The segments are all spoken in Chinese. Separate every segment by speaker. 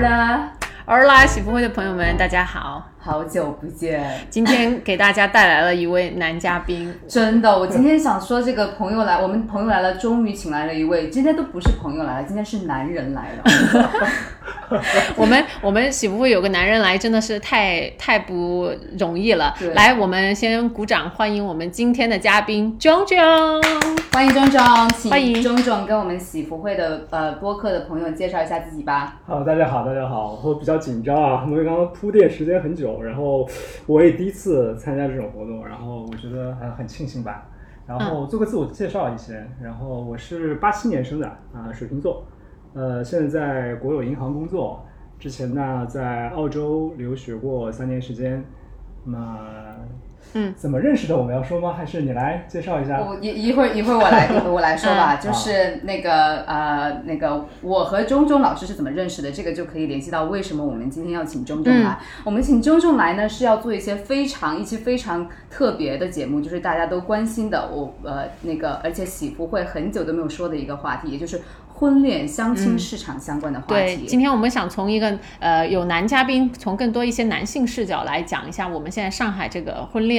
Speaker 1: 啦，
Speaker 2: 而拉喜福会的朋友们，大家好！
Speaker 1: 好久不见，
Speaker 2: 今天给大家带来了一位男嘉宾，
Speaker 1: 真的，我今天想说这个朋友来，我们朋友来了，终于请来了一位，今天都不是朋友来了，今天是男人来 了。
Speaker 2: 我们我们喜福会有个男人来，真的是太太不容易了
Speaker 1: 对。
Speaker 2: 来，我们先鼓掌欢迎我们今天的嘉宾 j o j o
Speaker 1: 欢迎钟钟，请
Speaker 2: 欢迎
Speaker 1: 钟钟跟我们喜福会的呃播客的朋友介绍一下自己吧。
Speaker 3: 好，啊大家好，大家好，我比较紧张啊，因为刚刚铺垫时间很久，然后我也第一次参加这种活动，然后我觉得还很庆幸吧。然后
Speaker 2: 嗯
Speaker 3: 做个自我介绍一些，然后我是八七年生的啊、水瓶座，呃，现在在国有银行工作，之前呢在澳洲留学过三年时间，那
Speaker 2: 嗯，
Speaker 3: 怎么认识的？我们要说吗？还是你来介绍一下？
Speaker 1: 我一一会儿一会儿我来我来说吧，就是那个呃那个我和钟钟老师是怎么认识的，这个就可以联系到为什么我们今天要请钟钟来。我们请钟钟来呢是要做一些非常一期非常特别的节目，就是大家都关心的，我呃那个而且喜福会很久都没有说的一个话题，也就是婚恋相亲市场相关的话
Speaker 2: 对，
Speaker 1: 题。
Speaker 2: 今天我们想从一个呃有男嘉宾，从更多一些男性视角来讲一下我们现在上海这个婚恋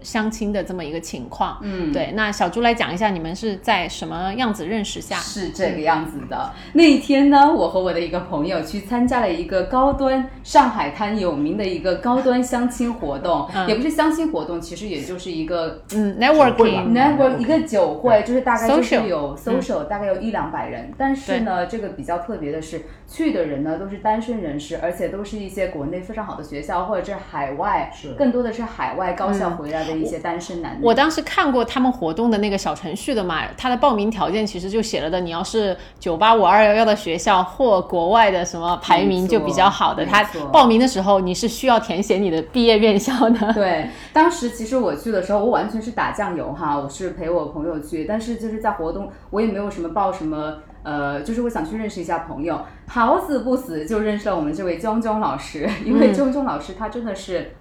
Speaker 2: 相亲的这么一个情况。
Speaker 1: 嗯，
Speaker 2: 对，那小朱来讲一下，你们是在什么样子认识下？嗯
Speaker 1: 是这个样子的。那一天呢，我和我的一个朋友去参加了一个高端上海滩有名的一个高端相亲活动，
Speaker 2: 嗯
Speaker 1: 也不是相亲活动，其实也就是一个
Speaker 2: 嗯
Speaker 3: 会吧
Speaker 2: ，networking，
Speaker 1: network 一个酒会，就是大概就是
Speaker 2: Social 嗯
Speaker 1: 有 social 大概有一两百人。但是呢，这个比较特别的是，去的人呢都是单身人士，而且都是一些国内非常好的学校或者是海外
Speaker 3: 是，
Speaker 1: 更多的是海外高
Speaker 2: 嗯
Speaker 1: 校回来的一些单身男女。
Speaker 2: 我当时看过他们活动的那个小程序的嘛，它的报名条件其实就写了的，你要是九八五二幺幺的学校或国外的什么排名就比较好的，
Speaker 1: 没
Speaker 2: 它
Speaker 1: 错
Speaker 2: 报名的时候你是需要填写你的毕业院校 的。
Speaker 1: 对，当时其实我去的时候，我完全是打酱油哈，我是陪我朋友去，但是就是在活动，我也没有什么报什么，呃，就是我想去认识一下朋友，好死不死就认识了我们这位江江老师， 因为江江老师他真的是。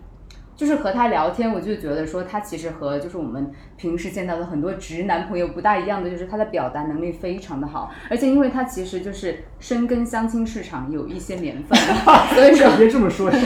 Speaker 1: 就是和他聊天，我就觉得说他其实和就是我们平时见到的很多直男朋友不大一样的，就是他的表达能力非常的好，而且因为他其实就是深耕相亲市场有一些年份， 所以说
Speaker 3: 别这么说，
Speaker 1: 所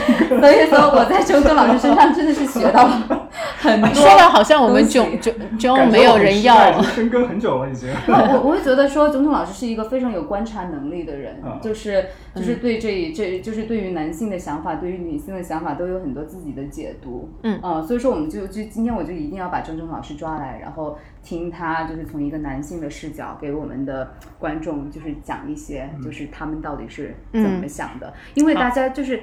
Speaker 1: 以说我在周周老师身上真的是学到 了很多。
Speaker 2: 说的好像我们
Speaker 1: 恭
Speaker 2: 囧
Speaker 1: 喜
Speaker 2: 囧囧没有人
Speaker 3: 感觉我很失败已
Speaker 2: 要
Speaker 3: 经，深耕很久了已 经。
Speaker 1: 哦我我会觉得说，钟钟老师是一个非常有观察能力的人，
Speaker 3: 嗯
Speaker 1: 就是就是对这这就是对于男性的想法，对于女性的想法都有很多自己的解读，
Speaker 2: 嗯
Speaker 1: 呃所以说我们就就今天我就一定要把钟钟老师抓来，然后听他就是从一个男性的视角给我们的观众就是讲一些，就是他们到底是怎么想的，因为大家就是。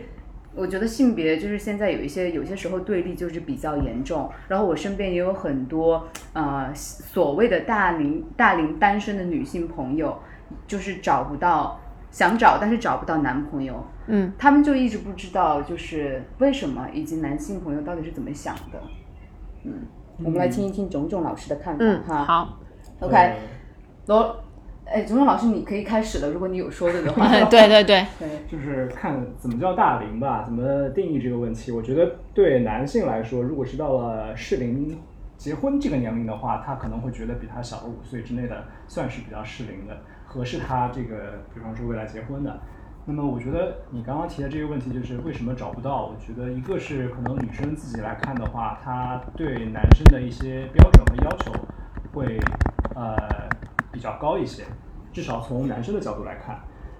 Speaker 1: 我觉得性别就是现在有一些有些时候对立就是比较严重，然后我身边也有很多呃所谓的大龄大龄单身的女性朋友，就是找不到想找但是找不到男朋友，
Speaker 2: 嗯，
Speaker 1: 他们就一直不知道就是为什么以及男性朋友到底是怎么想的，嗯，我们来听一听种种老师的看法、
Speaker 2: 嗯，
Speaker 1: 哈。
Speaker 2: 好，
Speaker 1: OK，罗，哎，种种老师你可以开始了，如果你有说对的话。
Speaker 2: 对对对，
Speaker 1: 对，
Speaker 3: 就是看怎么叫大龄吧，怎么定义这个问题。我觉得对男性来说，如果是到了适龄结婚这个年龄的话，他可能会觉得比他小了五岁之内的算是比较适龄的，合适他这个，比方说未来结婚的。那么我觉得你刚刚提的这个问题，就是为什么找不到？我觉得一个是可能女生自己来看的话，她对男生的一些标准和要求会呃比较高一些，至少从男生的角度来看。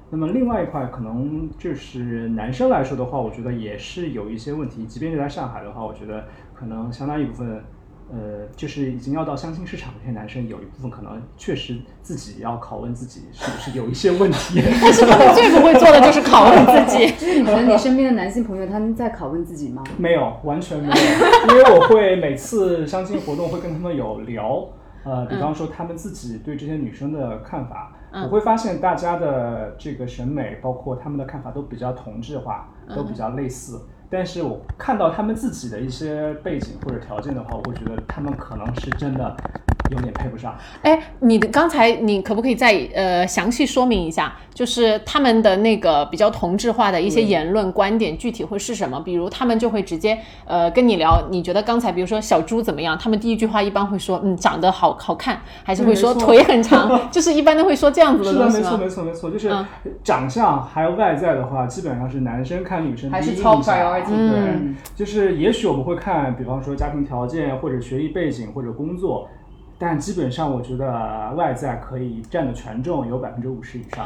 Speaker 3: 那么另外一块可能就是男生来说的话，我觉得也是有一些问题，即便是在上海的话，我觉得可能相当一部分，呃，就是已经要到相亲市场这些男生，有一部分可能确实自己要拷问自己是不是有一些问题。
Speaker 2: 但是他们最不会做的就是拷问自己。
Speaker 1: 就是你觉得你身边的男性朋友他们在拷问自己吗？
Speaker 3: 没有， 完全没有，因为我会每次相亲活动会跟他们有聊，呃，比方说他们自己对这些女生的看法，我会发现大家的这个审美，包括他们的看法都比较同质化，都比较类似。但是我看到他们自己的一些背景或者条件的话，我会觉得他们可能是真的有点配不上。
Speaker 2: 哎，你的刚才你可不可以再呃详细说明一下，就是他们的那个比较同质化的一些言论观点，具体会是什么？比如他们就会直接呃跟你聊，你觉得刚才比如说小猪怎么样？他们第一句话一般会说嗯长得好好看，还是会说
Speaker 3: 嗯没错
Speaker 2: 腿很 长，就是一般都会说这样子
Speaker 3: 是的，
Speaker 2: 东
Speaker 3: 没
Speaker 2: 西
Speaker 3: 错，
Speaker 2: 吗？
Speaker 3: 没错，没错，就是
Speaker 2: 嗯
Speaker 3: 长相还有外在的话，基本上是男生看女生
Speaker 1: 还
Speaker 3: 第
Speaker 1: 是
Speaker 3: 一印
Speaker 1: top
Speaker 3: 象。
Speaker 1: priority
Speaker 3: 对
Speaker 1: 嗯，
Speaker 3: 就是也许我们会看，比方说家庭条件或者学历背景或者工作，但基本上我觉得外在可以占的权重有百分之五十以上。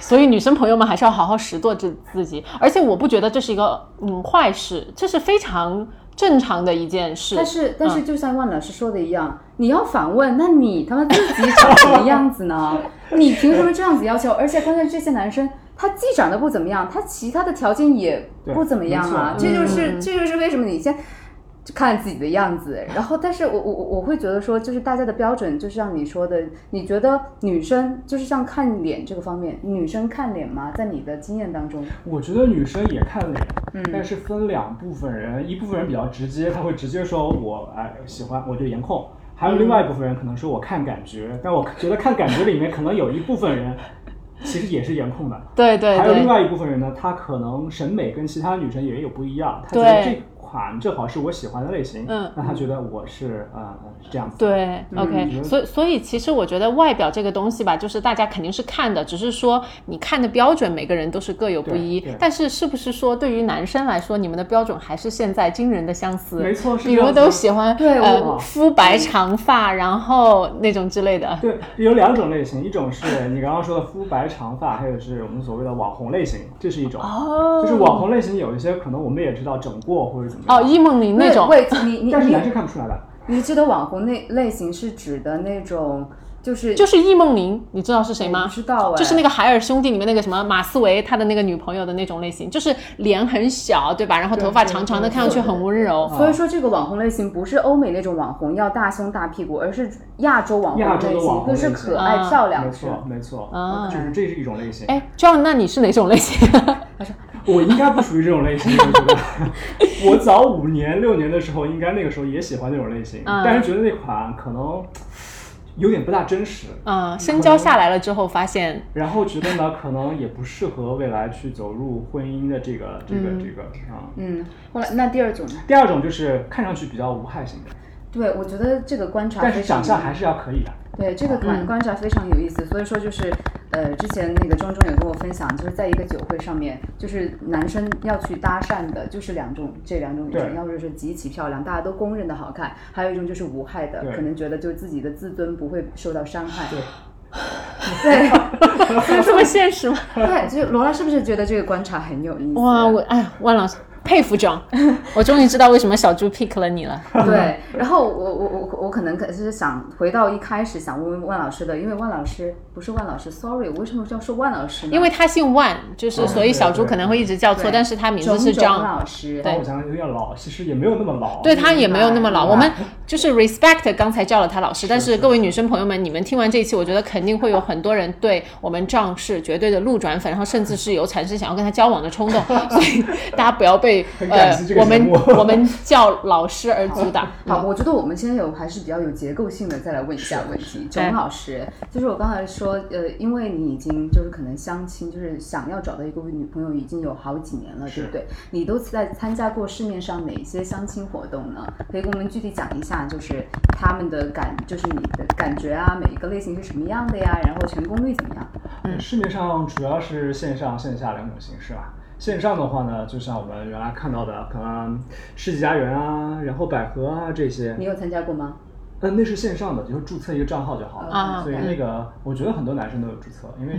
Speaker 2: 所以女生朋友们还是要好好拾掇自自己，而且我不觉得这是一个嗯坏事，这是非常正常的一件事。
Speaker 1: 但
Speaker 3: 嗯
Speaker 1: 是但是，就像万老师说的一样，你要反问，那你他妈自己长什么样子呢？ 你凭什么这样子要求？而且关键是这些男生，他既长得不怎么样，他其他的条件也
Speaker 3: 对
Speaker 1: 不怎么样啊。
Speaker 3: 没
Speaker 1: 这
Speaker 3: 错
Speaker 1: 就
Speaker 3: 嗯
Speaker 1: 是、这就是为什么你先。看自己的样子，然后，但是我我我我会觉得说，就是大家的标准，就像你说的，你觉得女生就是像看脸这个方面，女生看脸吗？在你的经验当中，
Speaker 3: 我觉得女生也看脸，但是分两部分人，一部分人比较直接，他会直接说我哎喜欢，我就颜控。还有另外一部分人可能说我看感觉，但我觉得看感觉里面可能有一部分人其实也是颜控的，
Speaker 2: 对对
Speaker 3: 还有另
Speaker 2: 对，
Speaker 3: 外一部分人呢，他可能审美跟其他女生也有不一样，他觉得
Speaker 2: 对
Speaker 3: 这款正好是我喜欢的类型，
Speaker 2: 嗯，
Speaker 3: 那他觉得我是呃是这样子，
Speaker 2: 对，OK，
Speaker 3: 嗯
Speaker 2: 所以所以其实我觉得外表这个东西吧，就是大家肯定是看的，只是说你看的标准每个人都是各有不一
Speaker 3: 对对。
Speaker 2: 但是是不是说对于男生来说，你们的标准还是现在惊人的相似？
Speaker 3: 没错，是
Speaker 2: 比
Speaker 3: 这
Speaker 2: 如
Speaker 3: 样子
Speaker 2: 都喜欢
Speaker 1: 对
Speaker 2: 呃
Speaker 3: 我
Speaker 2: 肤白长发，然后那种之类的。
Speaker 3: 对，有两种类型，一种是你刚刚说的肤白长发，还有是我们所谓的网红类型，这是一种。
Speaker 2: 哦
Speaker 3: 就是网红类型有一些可能我们也知道整过或者怎么样。
Speaker 2: 哦，伊梦玲那种，
Speaker 1: 喂，喂你你
Speaker 3: 但是
Speaker 1: 你
Speaker 3: 男生看不出来的。
Speaker 1: 你指的网红那类型是指的那种，就是
Speaker 2: 就是易梦玲，你知道是谁
Speaker 1: 我
Speaker 2: 吗
Speaker 1: 不？知道哎，
Speaker 2: 就是那个海尔兄弟里面那个什么马思唯，他的那个女朋友的那种类型，就是脸很小，对吧？然后头发长长的，
Speaker 3: 对对
Speaker 2: 看上去很温柔。
Speaker 1: 所以说这个网红类型不是欧美那种网红要大胸大屁股，而是亚洲网红
Speaker 3: 亚洲
Speaker 1: 类
Speaker 3: 的
Speaker 1: 型
Speaker 3: 网，红
Speaker 1: 就
Speaker 3: 类
Speaker 1: 是
Speaker 3: 型
Speaker 1: 可爱
Speaker 2: 啊
Speaker 1: 漂亮
Speaker 3: 没
Speaker 1: 是
Speaker 3: 错，没错，
Speaker 2: 啊
Speaker 3: 就是这是一种类型。
Speaker 2: 哎，John，那你是哪种类型？
Speaker 3: 我应该不属于这种类型，我觉得。 我早五年、六年的时候，应该那个时候也喜欢那种类型，
Speaker 2: 嗯
Speaker 3: 但是觉得那款可能有点不大真实，
Speaker 2: 嗯，深交下来了之后发现，
Speaker 3: 然后觉得呢，可能也不适合未来去走入婚姻的这
Speaker 2: 嗯
Speaker 3: 个、这个、这个啊。
Speaker 1: 嗯，后来那第二种呢？
Speaker 3: 第二种就是看上去比较无害型的，
Speaker 2: 啊
Speaker 1: 对，我觉得这个观察
Speaker 3: 但
Speaker 1: 非
Speaker 3: 是
Speaker 1: 常
Speaker 3: 长相还是要可以的。
Speaker 1: 对这个观观察非常有意思，所以说就是，呃，之前那个庄庄有跟我分享，就是在一个酒会上面，就是男生要去搭讪的，就是两种，这两种女生，
Speaker 3: 对
Speaker 1: 要么就是极其漂亮，大家都公认的好看，还有一种就是无害的，
Speaker 3: 对
Speaker 1: 可能觉得就自己的自尊不会受到伤害。
Speaker 3: 对，
Speaker 1: 对
Speaker 2: 这么现实吗？
Speaker 1: 对，就是罗拉是不是觉得这个观察很有意思？
Speaker 2: 哇，我哎呀，万老师佩服 John，我终于知道为什么小猪 pick 了你了。
Speaker 1: 对，然后我我我我可能可是想回到一开始想问问万老师的，因为万老师不是万老师，sorry，我为什么要说万老师呢？
Speaker 2: 因为他姓万，就是所以小猪
Speaker 3: 对对
Speaker 2: 可能会一直叫错，
Speaker 1: 对
Speaker 2: 但是他名字是
Speaker 1: 种种
Speaker 2: John。
Speaker 1: 老师，
Speaker 3: 把我讲有点老，其实也没有那么老。
Speaker 2: 对他也没有那么老，
Speaker 1: 明白
Speaker 2: 我们就是 respect 刚才叫了他老师，但是各位女生朋友们，你们听完这一期，我觉得肯定会有很多人对我们仗是绝对的路转粉，然后甚至是有产生想要跟他交往的冲动，所以大家不要 被
Speaker 3: 很感
Speaker 2: 呃
Speaker 3: 激这个
Speaker 2: 我们
Speaker 3: 节目
Speaker 2: 我们叫老师而阻 挡。
Speaker 1: 好，
Speaker 3: 嗯
Speaker 1: 我觉得我们现在有还是比较有结构性的，再来问一下问题。
Speaker 2: 哎
Speaker 1: 钟老师，就是我刚才说，呃，因为你已经就是可能相亲，就是想要找到一个女朋友已经有好几年了，对
Speaker 3: 是
Speaker 1: 不对？你都在参加过市面上哪些相亲活动呢？可以给我们具体讲一下，就是他们的感，就是你的感觉啊，每一个类型是什么样的呀？然后成功率怎么样？
Speaker 3: 市面上主要是线上线下两种形式吧。线上的话呢，就像我们原来看到的，可能世纪佳缘啊，然后百合啊这些
Speaker 1: 你，有参加过吗？呃
Speaker 3: 嗯，那是线上的，就是注册一个账号就好了。
Speaker 1: 哦
Speaker 2: 啊
Speaker 3: 所以那个我觉得很多男生都有注册，因为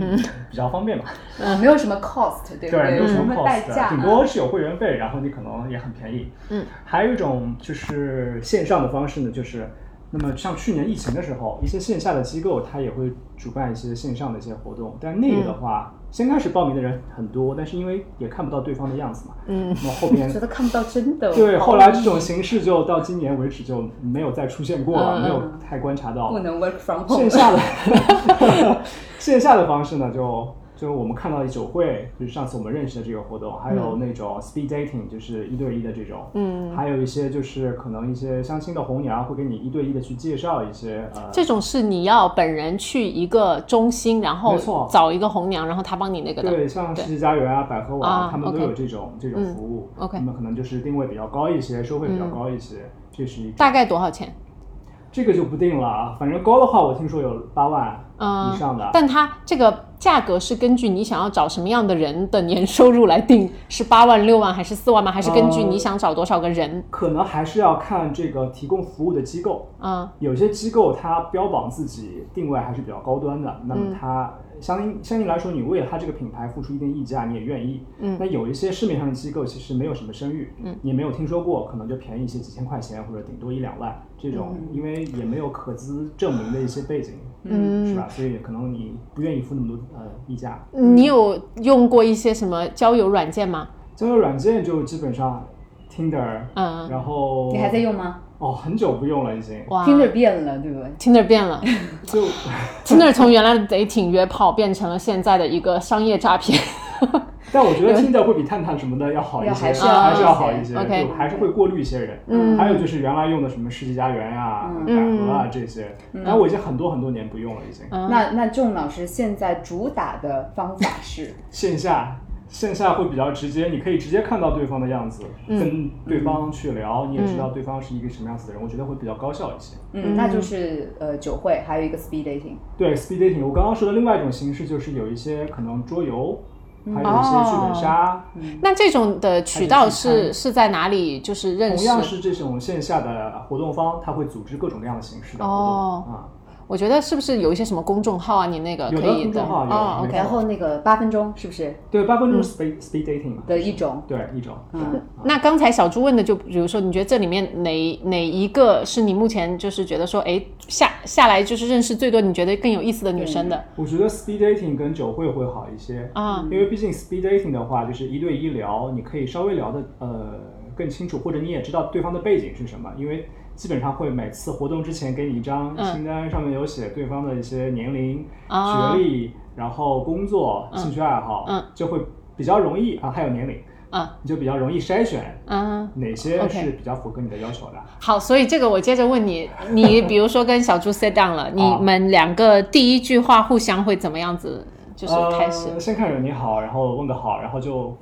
Speaker 3: 比较方便嘛。
Speaker 1: 嗯，没有什么 cost，对不
Speaker 3: 对，没啊有
Speaker 1: 有
Speaker 3: 什
Speaker 2: 嗯
Speaker 3: 么
Speaker 1: 么代
Speaker 3: cost，
Speaker 1: 价
Speaker 3: 的，
Speaker 1: 啊？
Speaker 3: 顶多是有会员费，然后你可能也很便宜。
Speaker 2: 嗯，
Speaker 3: 还有一种就是线上的方式呢，就是那么像去年疫情的时候，一些线下的机构它也会主办一些线上的一些活动，但那个的
Speaker 2: 嗯
Speaker 3: 话，先开始报名的人很多，但是因为也看不到对方的样子嘛，
Speaker 2: 嗯，
Speaker 3: 那么后 边
Speaker 1: 觉得看不到真的，
Speaker 3: 对
Speaker 1: 好
Speaker 3: 后来这种形式就到今年为止就没有再出现过了，
Speaker 2: 嗯
Speaker 3: 没有太观察到
Speaker 2: 哦
Speaker 1: 不能 work from home
Speaker 3: 线。下的线下的方式呢，就就我们看到的酒会，就是上次我们认识的这个活动，还有那种 speed dating，就是一对一的这种，
Speaker 2: 嗯，
Speaker 3: 还有一些就是可能一些相亲的红娘会给你一对一的去介绍一些呃，
Speaker 2: 这种是你要本人去一个中心，然后
Speaker 3: 没错
Speaker 2: 找一个红娘，然后他帮你那个的。
Speaker 3: 对，像世纪佳缘啊、百合网，
Speaker 2: 啊
Speaker 3: 他们都
Speaker 2: OK
Speaker 3: 有这种这种
Speaker 2: 嗯
Speaker 3: 服务。
Speaker 2: OK
Speaker 3: 那么可能就是定位比较高一些，收费比较
Speaker 2: 嗯
Speaker 3: 高一些，这是一种。
Speaker 2: 大概多少钱？
Speaker 3: 这个就不定了啊，反正高的话，我听说有八万
Speaker 2: 嗯
Speaker 3: 以上的。
Speaker 2: 但它这个价格是根据你想要找什么样的人的年收入来定，是八万、六万还是四万吗？还是根据
Speaker 3: 呃
Speaker 2: 你想找多少个人？
Speaker 3: 可能还是要看这个提供服务的机构，
Speaker 2: 啊、
Speaker 3: 有些机构它标榜自己定位还是比较高端的，那么
Speaker 2: 嗯
Speaker 3: 它相应相应来说，你为了它这个品牌付出一定溢价，你也愿意。
Speaker 2: 嗯
Speaker 3: 那有一些市面上的机构其实没有什么声誉，
Speaker 2: 嗯，
Speaker 3: 也没有听说过，可能就便宜一些几千块钱或者顶多一两万这种，因为也没有可资证明的一些背景，
Speaker 2: 嗯
Speaker 3: 是吧？所以可能你不愿意付那么多呃溢价。
Speaker 2: 你有用过一些什么交友软件吗？
Speaker 3: 交友软件就基本上 Tinder，
Speaker 2: 嗯，
Speaker 3: 然后
Speaker 1: 你还在用吗
Speaker 3: 哦，很久不用了已经，
Speaker 2: 哇
Speaker 1: ？Tinder 变了，对不对？
Speaker 2: Tinder 变了
Speaker 3: 就。
Speaker 2: ，Tinder 从原来的 dating 约炮变成了现在的一个商业诈骗。
Speaker 3: 但我觉得听的会比探探什么的要好一些，
Speaker 1: 要还
Speaker 3: 还
Speaker 1: 是
Speaker 2: 要
Speaker 3: 是要好一些，
Speaker 2: 好一些
Speaker 3: 就还是会过滤一些人。
Speaker 2: 嗯
Speaker 3: 还有就是原来用的什么世纪佳缘呀、百合啊这些，然后我已经很多很多年不用了，已经。
Speaker 2: 嗯
Speaker 1: 那那仲老师现在主打的方法 是，
Speaker 3: 线下线下会比较直接，你可以直接看到对方的样子，跟对方去聊，你也知道对方是一个什么样子的人，我觉得会比较高效一些。
Speaker 1: 嗯，那就是呃酒会，还有一个 speed dating，
Speaker 3: 对 speed dating，我刚刚说的另外一种形式就是有一些可能桌游，还有一些剧本杀，
Speaker 2: 那这种的渠道是
Speaker 3: 嗯还
Speaker 2: 是在哪里？就是认
Speaker 3: 同
Speaker 2: 识？
Speaker 3: 样是这种线下的活动方，他会组织各种各样的形式的活
Speaker 2: 哦
Speaker 3: 动啊。
Speaker 2: 我觉得是不是有一些什么公众号啊？你那个
Speaker 3: 有
Speaker 2: 可
Speaker 3: 的
Speaker 2: 以
Speaker 3: 公众号有
Speaker 2: 哦
Speaker 3: 没
Speaker 2: ，OK，
Speaker 3: 错
Speaker 1: 然后那个八分钟是不是
Speaker 3: 对，八分钟是
Speaker 2: 嗯
Speaker 3: speed speed dating 嘛，
Speaker 1: 的一种？
Speaker 3: 对一种，
Speaker 1: 嗯
Speaker 2: 那刚才小猪问的，就比如说，你觉得这里面哪哪一个是你目前就是觉得说，哎，下下来就是认识最多，你觉得更有意思的女生的
Speaker 3: 我觉得 speed dating 跟酒会会好一些，
Speaker 2: 啊？
Speaker 3: 因为毕竟 speed dating 的话，就是一对一聊，你可以稍微聊的呃更清楚，或者你也知道对方的背景是什么，因为基本上会每次活动之前给你一张
Speaker 2: 嗯
Speaker 3: 清单，上面有写对方的一些年龄、
Speaker 2: 啊
Speaker 3: 学历，然后工作、兴趣爱好，
Speaker 2: 嗯
Speaker 3: 就会比较容易啊，还有年龄，
Speaker 2: 啊，
Speaker 3: 你就比较容易筛选
Speaker 2: 啊，
Speaker 3: 哪些
Speaker 2: OK
Speaker 3: 是比较符合你的要求的。
Speaker 2: 好，所以这个我接着问你， 你比如说跟小猪 set down 了，你
Speaker 3: 啊
Speaker 2: 们两个第一句话互相会怎么样子？就是开始
Speaker 3: 呃、先看人你好，然后问个好，然后就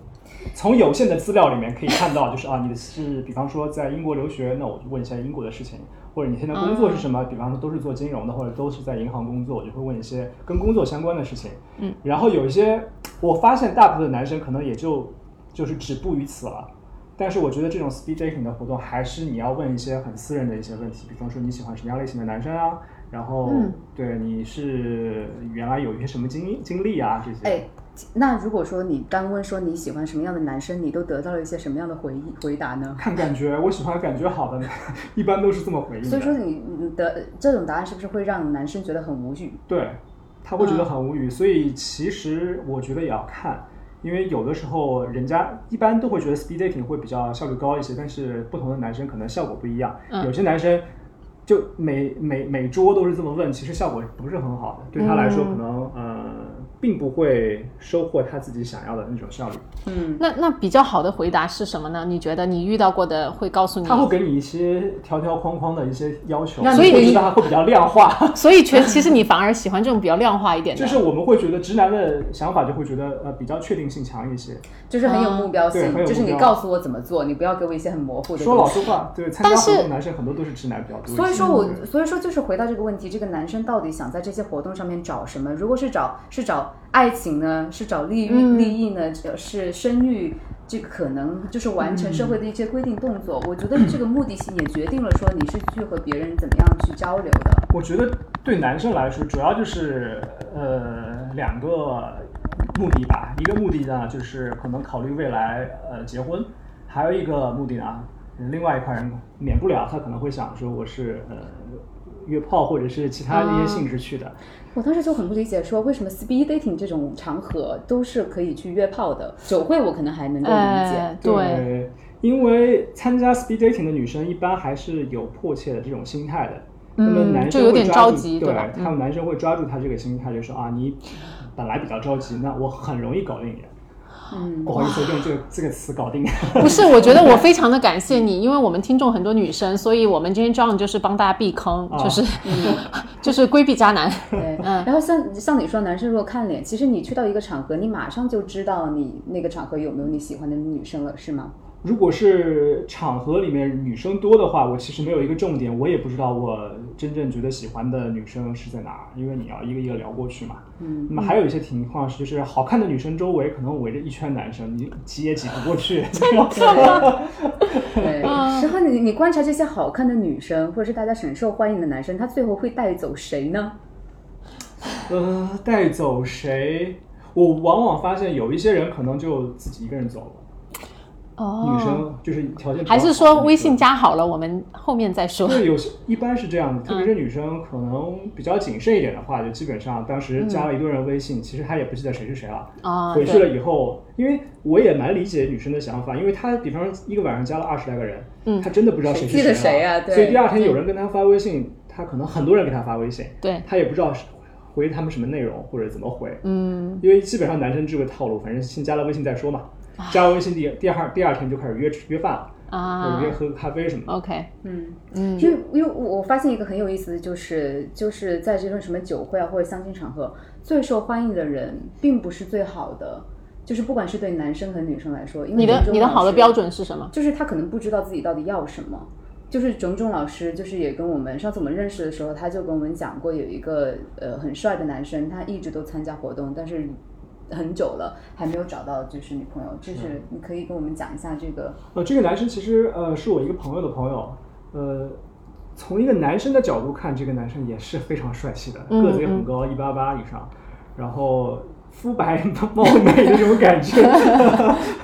Speaker 3: 从有限的资料里面可以看到，就是啊，你是比方说在英国留学，那我就问一下英国的事情，或者你现在工作是什么？
Speaker 2: 嗯
Speaker 3: 比方说都是做金融的，或者都是在银行工作，我就会问一些跟工作相关的事情。
Speaker 2: 嗯，
Speaker 3: 然后有一些我发现大部分的男生可能也就就是止步于此了。但是我觉得这种 speed dating 的活动，还是你要问一些很私人的一些问题，比方说你喜欢什么样类型的男生啊，然后、
Speaker 2: 嗯
Speaker 3: 对你是原来有一些什么经经历啊这些。
Speaker 1: 哎，那如果说你刚问说你喜欢什么样的男生，你都得到了一些什么样的回忆回答呢？
Speaker 3: 看感觉，我喜欢感觉好的， 一般都是这么回应的。
Speaker 1: 所以说你你的这种答案是不是会让男生觉得很无语？
Speaker 2: 嗯
Speaker 3: 对，他会觉得很无语。所以其实我觉得也要看，因为有的时候人家一般都会觉得 speed dating 会比较效率高一些，但是不同的男生可能效果不一样。
Speaker 2: 嗯
Speaker 3: 有些男生就每每每桌都是这么问，其实效果不是很好的，对他来说可能、
Speaker 2: 嗯
Speaker 3: 呃并不会收获他自己想要的那种效率。
Speaker 1: 嗯，
Speaker 2: 那那比较好的回答是什么呢？你觉得你遇到过的会告诉你
Speaker 3: 他？会给你一些条条框框的一些要求，
Speaker 1: 那
Speaker 2: 所以
Speaker 3: 会
Speaker 2: 嗯你
Speaker 3: 觉得他会比较 量化。
Speaker 2: 所以全其实你反而喜欢这种比较量化一点的，
Speaker 3: 就是我们会觉得直男的想法就会觉得呃比较确定性强一些。
Speaker 1: 就是很有目标性，
Speaker 3: 啊对很有目标
Speaker 1: 就是你告诉我怎么做，你不要给我一些很模糊的东西。
Speaker 3: 说老实话，对参加
Speaker 2: 但是
Speaker 3: 活动的男生很多都是直男比较多一些。
Speaker 1: 所以说我
Speaker 3: 对，
Speaker 1: 所以说就是回到这个问题，这个男生到底想在这些活动上面找什么？如果是找是找爱情呢，是找利益、
Speaker 2: 嗯
Speaker 1: 利益呢，是生育，这个可能就是完成社会的一些规定动作。我觉得这个目的性也决定了说你是去和别人怎么样去交流的。
Speaker 3: 我觉得对男生来说，主要就是呃两个目的吧，一个目的呢就是可能考虑未来呃结婚，还有一个目的呢，另外一块人免不了他可能会想说我是呃约炮或者是其他
Speaker 1: 啊
Speaker 3: 的一些性质去的。
Speaker 1: 我当时就很不理解，说为什么 speed dating 这种场合都是可以去约炮的，酒会我可能还能够理解。
Speaker 2: 哎，对，
Speaker 3: 对，因为参加 speed dating 的女生一般还是有迫切的这种心态的。那么
Speaker 2: 嗯
Speaker 3: 男
Speaker 2: 就
Speaker 3: 生
Speaker 2: 有
Speaker 3: 会
Speaker 2: 点
Speaker 3: 抓
Speaker 2: 着
Speaker 3: 住，
Speaker 2: 急
Speaker 3: 对
Speaker 2: 对吧嗯
Speaker 3: 他们男生会抓住他这个心态，就说啊，你本来比较着急，那我很容易搞定你。
Speaker 1: 嗯
Speaker 3: 不好意思，用这个这个词搞定。
Speaker 2: 不是，我觉得我非常的感谢你，因为我们听众很多女生，所以我们今天 John 就是帮大家避坑，
Speaker 3: 啊
Speaker 2: 就是、 就是规避渣男。
Speaker 1: 对，
Speaker 2: 嗯
Speaker 1: 然后像像你说，男生如果看脸，其实你去到一个场合，你马上就知道你那个场合有没有你喜欢的女生了，是吗？
Speaker 3: 如果是场合里面女生多的话，我其实没有一个重点，我也不知道我真正觉得喜欢的女生是在哪儿，因为你要一个一个聊过去嘛。
Speaker 1: 嗯，
Speaker 3: 那么还有一些情况是，就是好看的女生周围可能围着一圈男生，你挤也挤不过去。
Speaker 1: 对。
Speaker 2: 嗯
Speaker 1: 然后你你观察这些好看的女生，或者是大家很受欢迎的男生，他最后会带走谁呢？
Speaker 3: 呃，带走谁？我往往发现有一些人可能就自己一个人走了，
Speaker 2: 哦
Speaker 3: 女生就是条件比较
Speaker 2: 还是
Speaker 3: 好的
Speaker 2: 说
Speaker 3: 女
Speaker 2: 微
Speaker 3: 生
Speaker 2: 信加好了，我们后面 再说。
Speaker 3: 对，有些一般是这样的，特
Speaker 1: 嗯
Speaker 3: 别是女生可能比较谨慎一点的话，就基本上当时加了一堆人微信，其实她也不记得谁是谁了。
Speaker 2: 啊，
Speaker 3: 回去了
Speaker 2: 对，
Speaker 3: 以后，因为我也蛮理解女生的想法，因为她比方说一个晚上加了二十来个人，
Speaker 2: 嗯
Speaker 3: 她真的不知道是
Speaker 1: 谁记得
Speaker 3: 谁
Speaker 1: 谁
Speaker 3: 了
Speaker 1: 啊对
Speaker 3: 所以第二天有人跟她发微信，她可能很多人给她发微信，
Speaker 2: 对，
Speaker 3: 她也不知道是回他们什么内容或者怎么回，
Speaker 2: 嗯，
Speaker 3: 因为基本上男生这个套路，反正先加了微信再说嘛。
Speaker 1: 啊
Speaker 3: 加了微信第第二第二天就开始约吃约饭了，
Speaker 2: 啊
Speaker 3: 或者约喝咖啡什么的。
Speaker 2: ，OK，
Speaker 1: 嗯，
Speaker 2: 嗯，
Speaker 1: 因为因为我发现一个很有意思的就是，就是在这种什么酒会啊或者相亲场合，最受欢迎的人并不是最好的，就是不管是对男生和女生来说，因为
Speaker 2: 你的
Speaker 1: 人中
Speaker 2: 你的好的
Speaker 1: 老师
Speaker 2: 标准是什么？
Speaker 1: 就是他可能不知道自己到底要什么。就是种种老师，就是也跟我们上次我们认识的时候，他就跟我们讲过，有一个呃很帅的男生，他一直都参加活动，但是很久了还没有找到就是女朋友。就是你可以跟我们讲一下这个，
Speaker 3: 呃，这个男生其实呃是我一个朋友的朋友，呃，从一个男生的角度看，这个男生也是非常帅气的，
Speaker 2: 嗯
Speaker 3: 个子也很高，一八八以上，然后肤白 貌美的这种感觉。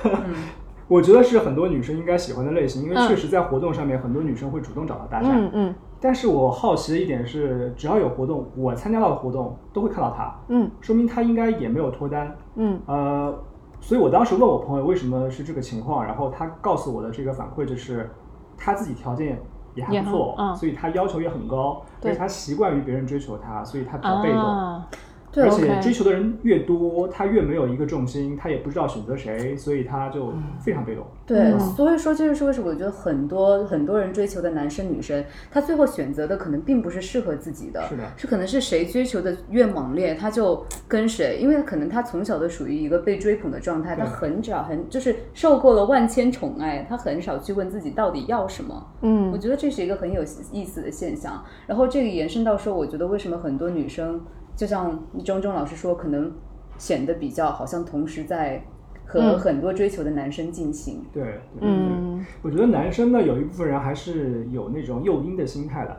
Speaker 2: 嗯
Speaker 3: 我觉得是很多女生应该喜欢的类型，因为确实在活动上面，很多女生会主动找他搭讪。
Speaker 2: 嗯嗯
Speaker 3: 但是我好奇的一点是，只要有活动，我参加到的活动都会看到他，
Speaker 2: 嗯
Speaker 3: 说明他应该也没有脱单。
Speaker 2: 嗯
Speaker 3: 呃，所以我当时问我朋友为什么是这个情况，然后他告诉我的这个反馈就是，他自己条件也还不
Speaker 2: 也
Speaker 3: 错，
Speaker 2: 很嗯
Speaker 3: 所以他要求也很高，
Speaker 2: 对
Speaker 3: 而且他习惯于别人追求他，所以他比较被动。
Speaker 2: 啊，
Speaker 1: 对
Speaker 3: 而且
Speaker 2: OK
Speaker 3: 追求的人越多，他越没有一个重心，他也不知道选择谁，所以他就非常被动。
Speaker 1: 对，
Speaker 2: 嗯
Speaker 1: 所以说这就是为什么我觉得很多很多人追求的男生女生，他最后选择的可能并不是适合自己的，
Speaker 3: 是的
Speaker 1: 可能是谁追求的越猛烈，他就跟谁，因为可能他从小都属于一个被追捧的状态，他
Speaker 3: 对
Speaker 1: 很少很就是受过了万千宠爱，他很少去问自己到底要什么。我
Speaker 2: 嗯
Speaker 1: 觉得这是一个很有意思的现象。然后这个延伸到说，我觉得为什么很多女生，就像钟钟老师说，可能显得比较好像同时在和
Speaker 2: 嗯
Speaker 1: 很多追求的男生进行。
Speaker 3: 对，对对对
Speaker 2: 嗯
Speaker 3: 我觉得男生呢，有一部分人还是有那种幼婴的心态的，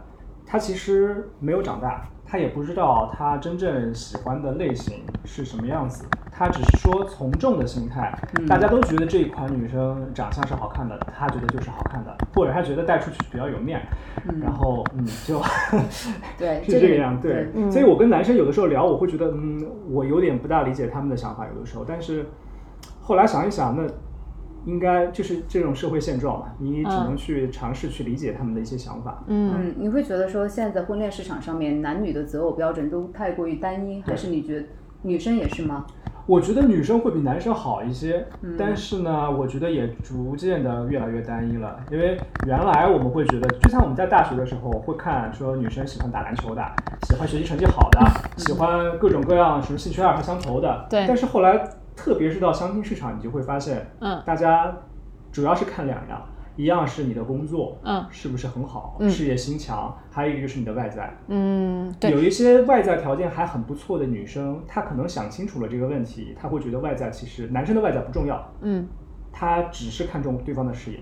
Speaker 3: 他其实没有长大，他也不知道他真正喜欢的类型是什么样子，他只是说从众的心态，大家都觉得这一款女生长相是好看的，他觉得就是好看的，或者他觉得带出去比较有面，然后嗯就
Speaker 1: 对，
Speaker 3: 是这个样，对嗯
Speaker 1: 对，，
Speaker 3: 所以我跟男生有的时候聊，我会觉得，嗯，我有点不大理解他们的想法，有的时候，但是后来想一想，那应该就是这种社会现状嘛，你只能去尝试去理解他们的一些想法。
Speaker 2: 嗯，
Speaker 1: 嗯，你会觉得说现在在婚恋市场上面，男女的择偶标准都太过于单一，还是你觉得女生也是吗？
Speaker 3: 我觉得女生会比男生好一些，
Speaker 2: 嗯
Speaker 3: 但是呢，我觉得也逐渐的越来越单一了。因为原来我们会觉得，就像我们在大学的时候会看说女生喜欢打篮球的，喜欢学习成绩好 的，喜欢各种各样什么兴趣爱好相投的。
Speaker 2: 对
Speaker 3: 但是后来，特别是到相亲市场，你就会发现，
Speaker 2: 嗯，
Speaker 3: 大家主要是看两样，一样是你的工作，
Speaker 2: 嗯
Speaker 3: 是不是很好，
Speaker 2: 嗯
Speaker 3: 事业心强，还有一个就是你的外在。
Speaker 2: 嗯，对，
Speaker 3: 有一些外在条件还很不错的女生，她可能想清楚了这个问题，她会觉得外在其实男生的外在不重要，
Speaker 2: 嗯，
Speaker 3: 她只是看重对方的事业，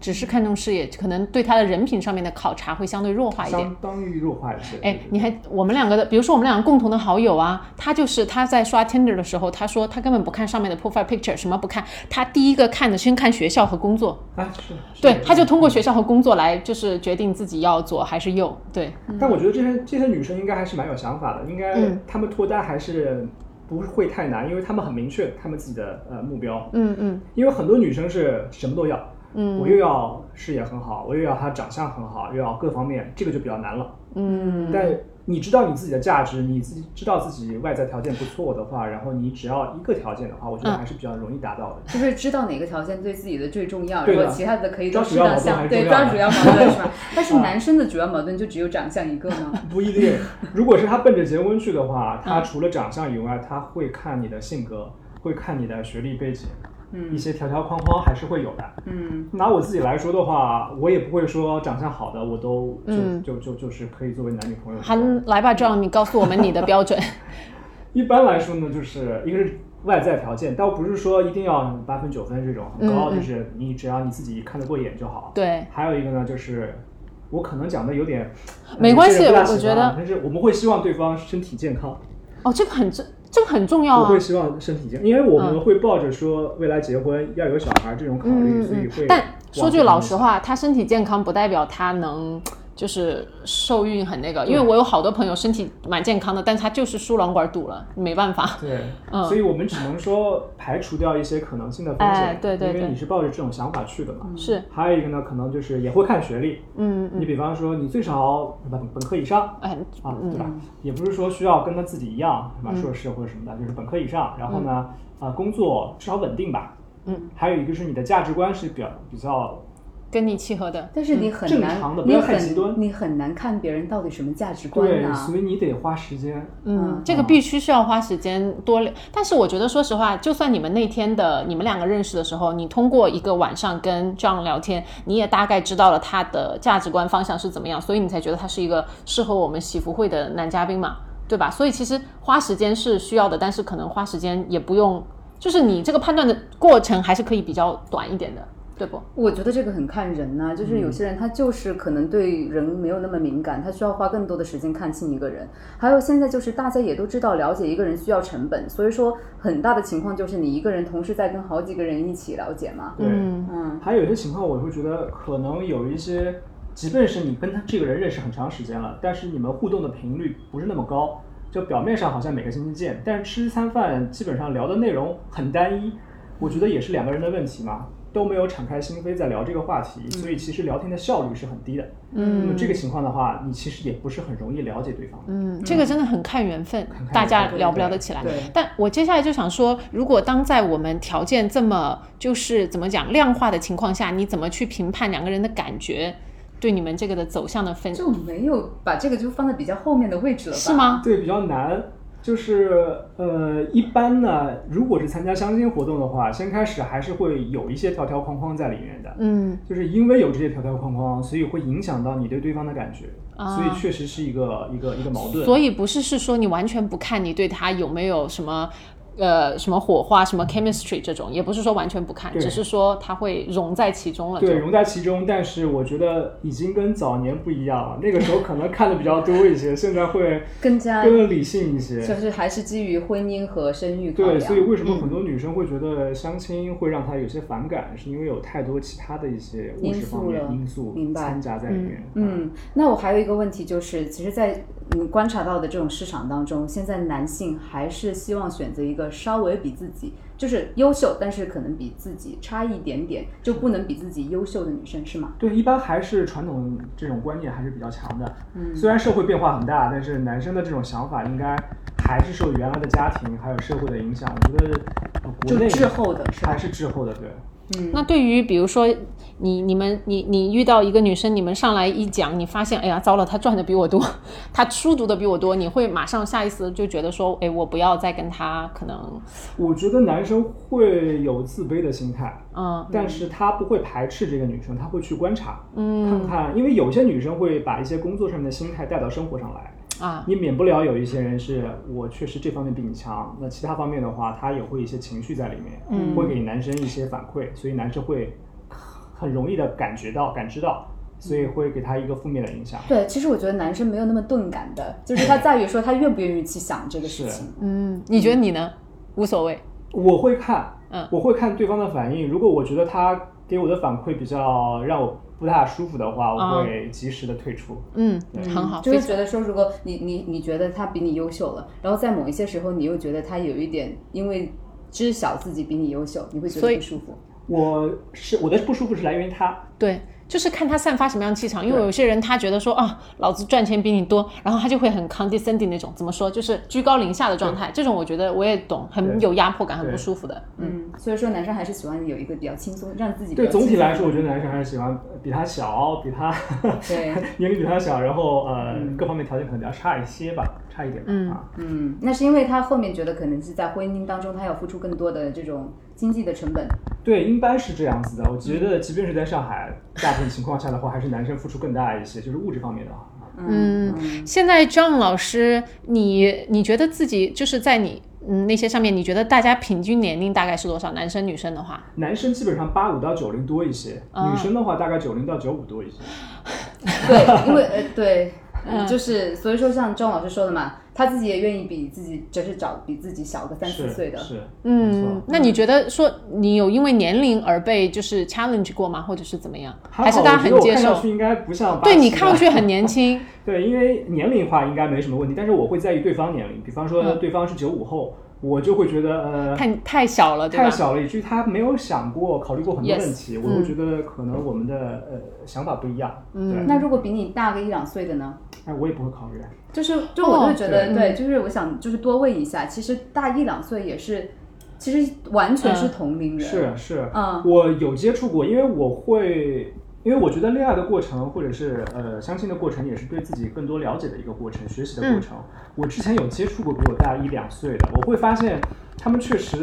Speaker 2: 只是看重视野，可能对他的人品上面的考察会相对弱化一点
Speaker 3: 相。当于弱化一些。
Speaker 2: 哎，你还我们两个的，比如说我们两个共同的好友啊，他就是他在刷 Tinder 的时候，他说他根本不看上面的 profile picture，什么不看，他第一个看的先看学校和工作，
Speaker 3: 啊，是，是嗯
Speaker 2: 对，他就通过学校和工作来就是决定自己要左还是右，对，
Speaker 3: 但我觉得这些这些女生应该还是蛮有想法的，应该
Speaker 2: 嗯
Speaker 3: 她们脱单还是不会太难，因为她们很明确她们自己的呃目标。
Speaker 2: 嗯嗯
Speaker 3: 因为很多女生是什么都要，我
Speaker 2: 嗯
Speaker 3: 又要事业很好，我又要她长相很好，又要各方面，这个就比较难了。
Speaker 2: 嗯，
Speaker 3: 但你知道你自己的价值，你自己知道自己外在条件不错的话，然后你只要一个条件的话，
Speaker 2: 嗯
Speaker 3: 我觉得还是比较容易达到的。
Speaker 1: 就是知道哪个条件对自己的最重要，
Speaker 3: 对
Speaker 1: 然
Speaker 3: 的
Speaker 1: 后其他的可以都
Speaker 3: 抓
Speaker 1: 适
Speaker 3: 主要
Speaker 1: 当
Speaker 3: 矛盾
Speaker 1: 项，
Speaker 3: 还是
Speaker 1: 对，
Speaker 3: 重要嗯
Speaker 1: 抓
Speaker 3: 的
Speaker 1: 主要矛盾是 吧？但是男生的主要矛盾就只有长相一个吗？
Speaker 3: 不一定，如果是他奔着结婚去的话，他除了长相以外，他会看你的性格，会看你的学历背景，一
Speaker 1: 嗯
Speaker 3: 些条条框框还是会有的。
Speaker 1: 嗯
Speaker 3: 拿我自己来说的话，我也不会说长相好的我都就、
Speaker 2: 嗯
Speaker 3: 就就就是可以作为男女朋友。
Speaker 2: 还来吧，John，你告诉我们你的标 准。
Speaker 3: 一般来说呢，就是一个是外在条件，倒不是说一定要八分九分这种很高，
Speaker 2: 嗯嗯
Speaker 3: 就是你只要你自己看得过眼就好。
Speaker 2: 对，
Speaker 3: 还有一个呢，就是我可能讲的有点
Speaker 2: 没关系
Speaker 3: 有些人不大喜
Speaker 2: 我觉
Speaker 3: 欢啊
Speaker 2: 得
Speaker 3: 但是我们会希望对方身体健康，
Speaker 2: 哦，这个很重，这个很重要
Speaker 3: 我
Speaker 2: 啊
Speaker 3: 会。希望身体健康，因为我们会抱着说未来结婚要有小孩这种考虑，
Speaker 2: 嗯
Speaker 3: 所以
Speaker 2: 嗯
Speaker 3: 会。
Speaker 2: 但
Speaker 3: 往
Speaker 2: 说句
Speaker 3: 这
Speaker 2: 老
Speaker 3: 方面
Speaker 2: 实话，他身体健康不代表他能就是受孕很那个，因为我有好多朋友身体蛮健康的，但他就是输卵管堵了，没办法。
Speaker 3: 对，
Speaker 2: 嗯
Speaker 3: 所以我们只能说排除掉一些可能性的风险，
Speaker 2: 哎对对
Speaker 3: 因为
Speaker 2: 对
Speaker 3: 你是抱着这种想法去的嘛。
Speaker 2: 是，
Speaker 3: 还有一个呢，可能就是也会看学历，
Speaker 2: 嗯
Speaker 3: 你
Speaker 2: 嗯，
Speaker 3: 比方说你最少本本科以上
Speaker 2: 哎，
Speaker 3: 啊，对吧？
Speaker 1: 嗯
Speaker 3: 也不是说需要跟他自己一样，什么
Speaker 2: 嗯
Speaker 3: 硕士或者什么的，就是本科以上。然后呢，啊、工作至少稳定吧。
Speaker 2: 嗯，
Speaker 3: 还有一个是你的价值观是比较比较，
Speaker 2: 跟你契合的。
Speaker 1: 但是你很难
Speaker 3: 嗯正常的，不
Speaker 1: 你
Speaker 3: 要太极端
Speaker 1: 很你很难看别人到底什么价值观
Speaker 3: 对，
Speaker 1: 呢？
Speaker 3: 所以你得花时间。
Speaker 2: 嗯
Speaker 1: 嗯，
Speaker 2: 这个
Speaker 3: 嗯
Speaker 2: 必须是要花时间多聊。但是我觉得，说实话，就算你们那天的你们两个认识的时候，你通过一个晚上跟 John 聊天，你也大概知道了他的价值观方向是怎么样，所以你才觉得他是一个适合我们喜福会的男嘉宾嘛，对吧？所以其实花时间是需要的，但是可能花时间也不用，就是你这个判断的过程还是可以比较短一点的，对不？
Speaker 1: 我觉得这个很看人呐、就是
Speaker 3: 嗯
Speaker 1: 有些人他就是可能对人没有那么敏感，他需要花更多的时间看清一个人。还有现在就是大家也都知道，了解一个人需要成本，所以说很大的情况就是你一个人同时在跟好几个人一起了解嘛。
Speaker 3: 对，
Speaker 2: 嗯
Speaker 1: 嗯
Speaker 3: 还有一些情况，我会觉得可能有一些，即便是你跟他这个人认识很长时间了，但是你们互动的频率不是那么高，就表面上好像每个星期见，但是吃餐饭基本上聊的内容很单一，我觉得也是两个人的问题嘛，都没有敞开心扉在聊这个话题，所以其实聊天的效率是很低的。那么
Speaker 2: 嗯
Speaker 3: 这个情况的话，你其实也不是很容易了解对方。
Speaker 2: 嗯，这个真的很看缘分，
Speaker 3: 看缘
Speaker 2: 大家
Speaker 3: 分
Speaker 2: 聊不
Speaker 3: 对
Speaker 2: 聊得起来。
Speaker 1: 对
Speaker 2: 但我接下来就想说，如果当在我们条件这么就是怎么讲量化的情况下，你怎么去评判两个人的感觉，对你们这个的走向的分
Speaker 1: 就没有把这个就放在比较后面的位置了吧？
Speaker 2: 是？吗？
Speaker 3: 对，比较难。就是呃，一般呢，如果是参加相亲活动的话，先开始还是会有一些条条框框在里面的。
Speaker 2: 嗯，
Speaker 3: 就是因为有这些条条框框，所以会影响到你对对方的感觉，
Speaker 2: 啊
Speaker 3: 所以确实是一个一个一个矛盾。
Speaker 2: 所以不是是说你完全不看你对他有没有什么。呃，什么火花，什么 chemistry 这种，也不是说完全不看，
Speaker 3: 对
Speaker 2: 只是说他会融在其中了。
Speaker 3: 对，
Speaker 2: 就
Speaker 3: 融在其中，但是我觉得已经跟早年不一样了。那个时候可能看的比较多一些，现在会
Speaker 1: 更加
Speaker 3: 更理性一些。
Speaker 1: 就是还是基于婚姻和生育考
Speaker 3: 对，
Speaker 1: 量。
Speaker 3: 所以为什么很多女生会觉得相亲会让她有些反感，是因为有太多其他的一些物质方面因
Speaker 1: 因
Speaker 3: 素
Speaker 1: 明白
Speaker 3: 掺杂在里面。
Speaker 1: 嗯，那我还有一个问题就是，其实在，嗯观察到的这种市场当中，现在男性还是希望选择一个稍微比自己就是优秀，但是可能比自己差一点点，就不能比自己优秀的女生，是吗？
Speaker 3: 对，一般还是传统这种观念还是比较强的。
Speaker 1: 嗯
Speaker 3: 虽然社会变化很大，但是男生的这种想法应该还是受原来的家庭还有社会的影响。我觉得呃国
Speaker 1: 就
Speaker 3: 内
Speaker 1: 滞后的是吧
Speaker 3: 还是滞后的，对。
Speaker 2: 那对于比如说你你们你你遇到一个女生，你们上来一讲，你发现哎呀糟了，她赚的比我多， 她书读的比我多，你会马上下意识地就觉得说，哎，我不要再跟她可能，
Speaker 3: 我觉得男生会有自卑的心态，
Speaker 2: 嗯
Speaker 3: 但是他不会排斥这个女生，他会去观察，看
Speaker 2: 嗯
Speaker 3: 看，因为有些女生会把一些工作上面的心态带到生活上来。
Speaker 2: 啊，
Speaker 3: 你免不了有一些人是我确实这方面比你强，那其他方面的话，他也会一些情绪在里面，
Speaker 2: 嗯
Speaker 3: 会给男生一些反馈，所以男生会很容易的感觉到、感知到，所
Speaker 2: 嗯
Speaker 3: 以会给他一个负面的影响。
Speaker 1: 对，其实我觉得男生没有那么钝感的，就是他在于说他愿不愿意去想这个事
Speaker 3: 是
Speaker 1: 情。
Speaker 2: 嗯，你觉得你呢？无所谓，
Speaker 3: 我会看，
Speaker 2: 嗯
Speaker 3: 我会看对方的反应，如果我觉得他给我的反馈比较让我不大舒服的话，
Speaker 2: 啊
Speaker 3: 我会及时的退出。
Speaker 2: 嗯，
Speaker 3: 对
Speaker 2: 很好，
Speaker 1: 就是
Speaker 2: 非常
Speaker 1: 觉得说，如果你你你觉得他比你优秀了，然后在某一些时候你又觉得他有一点因为知晓自己比你优秀，你会觉
Speaker 2: 所
Speaker 1: 得
Speaker 2: 以
Speaker 1: 不舒服。
Speaker 3: 我是我的不舒服是来源于他，
Speaker 2: 对。就是看他散发什么样的气场。因为
Speaker 3: 对
Speaker 2: 有些人他觉得说啊，老子赚钱比你多，然后他就会很 condescending 那种，怎么说，就是居高临下的状态。这种我觉得我也懂，很
Speaker 3: 对
Speaker 2: 有压迫感，很
Speaker 3: 对
Speaker 2: 不舒服的。嗯，
Speaker 1: 嗯，所以说男生还是喜欢有一个比较轻松，让自己比
Speaker 3: 对
Speaker 1: 较
Speaker 3: 总体
Speaker 1: 轻松
Speaker 3: 来说，我觉得男生还是喜欢比他小，比他
Speaker 1: 对，
Speaker 3: 年龄比他小，然后呃、各方面条件可能比较差一些吧，差一点吧、
Speaker 2: 嗯
Speaker 3: 啊。
Speaker 1: 嗯，那是因为他后面觉得可能是在婚姻当中，他要付出更多的这种经济的成本。
Speaker 3: 对，应该是这样子的。我觉得，即便是在上海，大部分情况下的话，还是男生付出更大一些，就是物质方面的啊。
Speaker 1: 嗯，
Speaker 2: 现在 John 老师，你你觉得自己就是在你嗯那些上面，你觉得大家平均年龄大概是多少？男生女生的话，
Speaker 3: 男生基本上八五到九零多一些，
Speaker 2: 啊
Speaker 3: 女生的话大概九零到九五多一些。
Speaker 1: 对，因为呃对，嗯，就是所以说像张老师说的嘛，他自己也愿意比自己就是找比自己小个三四
Speaker 3: 是
Speaker 1: 岁的。
Speaker 3: 是，没错
Speaker 2: 嗯，那你觉得说你有因为年龄而被就是 challenge 过吗？或者是怎么样？还
Speaker 3: 还
Speaker 2: 是
Speaker 3: 好
Speaker 2: 大家
Speaker 3: 我觉得
Speaker 2: 很
Speaker 3: 我
Speaker 2: 接
Speaker 3: 看上
Speaker 2: 受
Speaker 3: 去？应该不像八
Speaker 2: 对
Speaker 3: 七
Speaker 2: 你
Speaker 3: 吧
Speaker 2: 看上去很年 轻，
Speaker 3: 对，因为年龄化应该没什么问题，但是我会在意对方年龄，比方说对方是九五后，我就会觉得呃
Speaker 2: 太太小了，对吧
Speaker 3: 太？小了，以至于他没有想过、考虑过很多
Speaker 2: Yes，
Speaker 3: 问题，我
Speaker 2: 嗯
Speaker 3: 会觉得可能我们的呃想法不一样。对，
Speaker 1: 那如果比你大个一两岁的呢？
Speaker 3: 哎，我也不会考虑。
Speaker 1: 就是，就我就觉得，
Speaker 2: 哦
Speaker 1: 对，就是我想，就是多问一下，其实大一两岁也是，其实完全是同龄人，
Speaker 3: 嗯是啊是，
Speaker 1: 嗯
Speaker 3: 我有接触过，因为我会，因为我觉得恋爱的过程或者是呃相亲的过程，也是对自己更多了解的一个过程，学
Speaker 1: 嗯
Speaker 3: 习的过程。我之前有接触过比我大一两岁的，我会发现他们确实。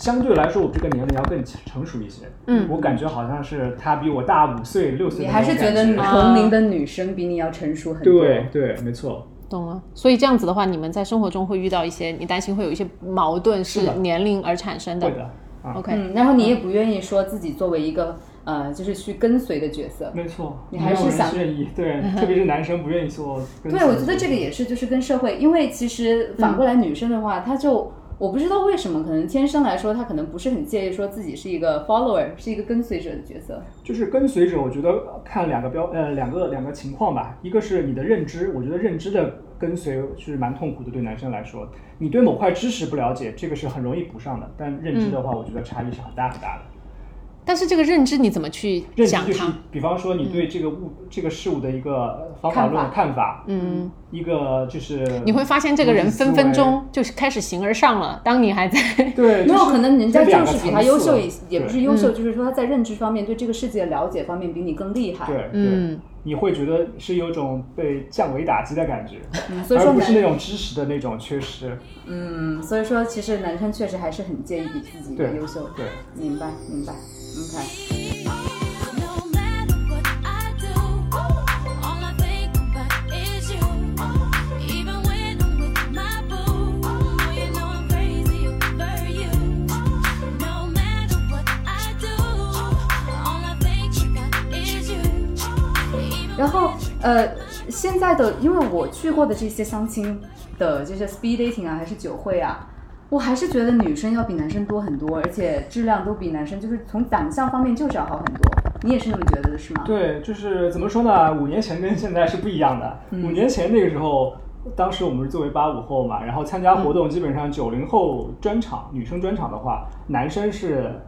Speaker 3: 相对来说，我这个年龄要更成熟一些。
Speaker 2: 嗯
Speaker 3: 我感觉好像是他比我大五岁、六岁
Speaker 1: 你
Speaker 3: 的
Speaker 1: 还
Speaker 3: 那种感。
Speaker 1: 是觉得
Speaker 2: 啊
Speaker 1: 同龄的女生比你要成熟很多。
Speaker 3: 对对，没错。
Speaker 2: 懂了。所以这样子的话，你们在生活中会遇到一些，你担心会有一些矛盾
Speaker 3: 是
Speaker 2: 是
Speaker 3: 的
Speaker 2: 年龄而产生
Speaker 3: 会
Speaker 2: 的。
Speaker 3: 的，啊
Speaker 2: OK，
Speaker 1: 嗯，然后你也不愿意说自己作为一个呃，就是去跟随的角色。
Speaker 3: 没错。
Speaker 1: 你还是
Speaker 3: 没有人
Speaker 1: 想嗯
Speaker 3: 愿意对，特别是男生不愿意做跟
Speaker 1: 对，
Speaker 3: 随的角色。
Speaker 1: 我觉得这个也是，就是跟社会，因为其实反过来女生的话，她就我不知道为什么，可能天生来说，她可能不是很介意说自己是一个 follower，是一个跟随者的角色。
Speaker 3: 就是跟随者，我觉得看两个标呃两个两个情况吧，一个是你的认知，我觉得认知的跟随是蛮痛苦的，对男生来说，你对某块知识不了解，这个是很容易补上的，但认知的
Speaker 1: 嗯
Speaker 3: 话，我觉得差异是很大很大的。
Speaker 2: 但是这个认知你怎么去
Speaker 3: 认知
Speaker 2: 讲
Speaker 3: 就是
Speaker 2: 它？，
Speaker 3: 比方说你
Speaker 1: 嗯
Speaker 3: 对这个物、这个事物的一个呃方法论的看法，
Speaker 2: 嗯，
Speaker 3: 一个就是
Speaker 2: 你会发现这个
Speaker 3: 嗯
Speaker 2: 人分分
Speaker 3: 逻辑
Speaker 2: 钟就是开始形而上了。当你还在
Speaker 3: 思维 对，
Speaker 1: 没有，
Speaker 3: 就是
Speaker 1: 可能人家
Speaker 3: 这两
Speaker 1: 就
Speaker 3: 个
Speaker 1: 是比
Speaker 3: 层
Speaker 1: 她优秀
Speaker 3: 次
Speaker 1: 一，也不
Speaker 3: 对
Speaker 1: 是优秀，就是说她在认知方面对这个世界了解方面比你更厉害。
Speaker 3: 对，对
Speaker 2: 嗯，
Speaker 3: 你会觉得是有种被降维打击的 感觉，
Speaker 1: 嗯，所以
Speaker 3: 而
Speaker 1: 说
Speaker 3: 不是
Speaker 1: 男
Speaker 3: 那种知识的那种缺失。
Speaker 1: 嗯，所以说其实男生确实还是很介意比自己
Speaker 3: 对
Speaker 1: 优秀。
Speaker 3: 对，
Speaker 1: 明白明白。OK。
Speaker 4: No matter what I do, all I think about is you. Even when I'm with my boo, oh, you know I'm crazy over you. No matter what I do, all I think about is you.
Speaker 1: 然后呃，现在的因为我去过的这些相亲的这些 speed dating 啊，还是酒会啊，我还是觉得女生要比男生多很多，而且质量都比男生，就是从长相方面就是要好很多。你也是那么觉得的是吗？
Speaker 3: 对，就是怎么 说呢？五年前跟现在是不一样的。
Speaker 1: 嗯
Speaker 3: 五年前那个时候，当时我们是作为八五后嘛，然后参加活
Speaker 1: 嗯
Speaker 3: 动基本上九零后专场，女生专场的话，男生是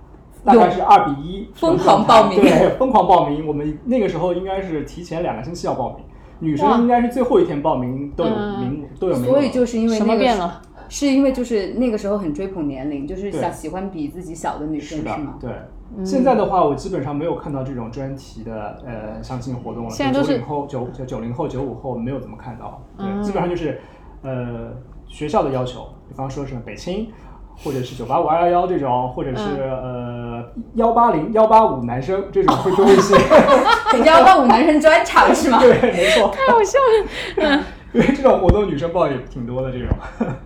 Speaker 3: 大概是二比一，
Speaker 1: 疯狂报名
Speaker 3: 对，疯狂报名。我们那个时候应该是提前两个星期要报名，女
Speaker 2: 哇
Speaker 3: 生应该是最后一天报名都有名都有名
Speaker 1: 嗯
Speaker 3: 额。
Speaker 1: 所以就是因为
Speaker 2: 什么
Speaker 1: 那个
Speaker 2: 变
Speaker 1: 时
Speaker 2: 了？
Speaker 1: 是因为就是那个时候很追捧年龄，就是
Speaker 3: 对
Speaker 1: 想喜欢比自己小的女生
Speaker 3: 是的
Speaker 1: 吗，？
Speaker 3: 对。
Speaker 2: 嗯
Speaker 3: 现在的话，我基本上没有看到这种专题的呃相亲活动了。
Speaker 2: 现在都是
Speaker 3: 九零后、九九九零后、九五后没有怎么看到，对，
Speaker 2: 嗯
Speaker 3: 基本上就是呃学校的要求，比方说是北青，或者是九八五、二幺幺这种，或者是、
Speaker 2: 嗯
Speaker 3: 呃幺八零、幺八五男生这种会多 一些。
Speaker 1: 幺八五男生专场是吗？
Speaker 3: 对，没错，
Speaker 2: 太好笑了。
Speaker 3: 因为这种活动女生报也挺多的这种。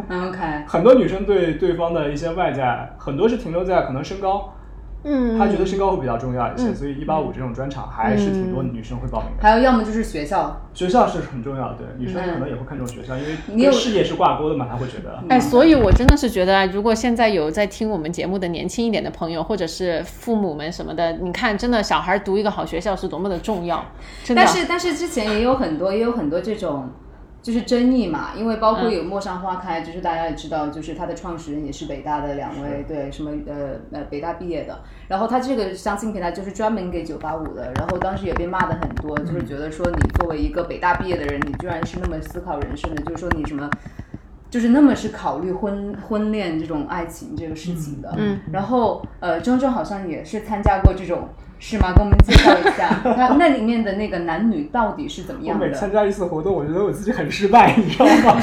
Speaker 1: 嗯，OK。
Speaker 3: 很多女生对对方的一些外在，很多是停留在可能身高，
Speaker 2: 嗯，
Speaker 3: 她觉得身高会比较重要一些，所以一八五这种专场还是挺多女生会报名的。
Speaker 1: 还有，要么就是学校，
Speaker 3: 学校是很重要的，对，女生可能也会看重学校，因
Speaker 1: 你
Speaker 3: 为
Speaker 1: 有
Speaker 3: 跟事业是挂钩的嘛，她会觉得。
Speaker 2: 哎，所以我真的是觉得啊，如果现在有在听我们节目的年轻一点的朋友，或者是父母们什么的，你看，真的小孩读一个好学校是多么的重要，真的。
Speaker 1: 但是但是之前也有很多也有很多这种，就是争议嘛，因为包
Speaker 2: 嗯
Speaker 1: 括有《陌上花开》，就是大家也知道，就是它的创始人也是北大的两位，对，什么呃呃北大毕业的。然后它这个相亲平台就是专门给九八五的，然后当时也被骂的很多，就是觉得说你作为一个北大毕业的人，你居然是那么思考人生的，就是说你什么。就是那么是考虑婚婚恋这种爱情这个事情的，嗯，然后呃，铮铮好像也是参加过这种，是吗？给我们介绍一 下，那那里面的那个男女到底是怎么
Speaker 3: 我
Speaker 1: 样的？
Speaker 3: 每参加一次活动，我觉得我自己很失败，你知道吗？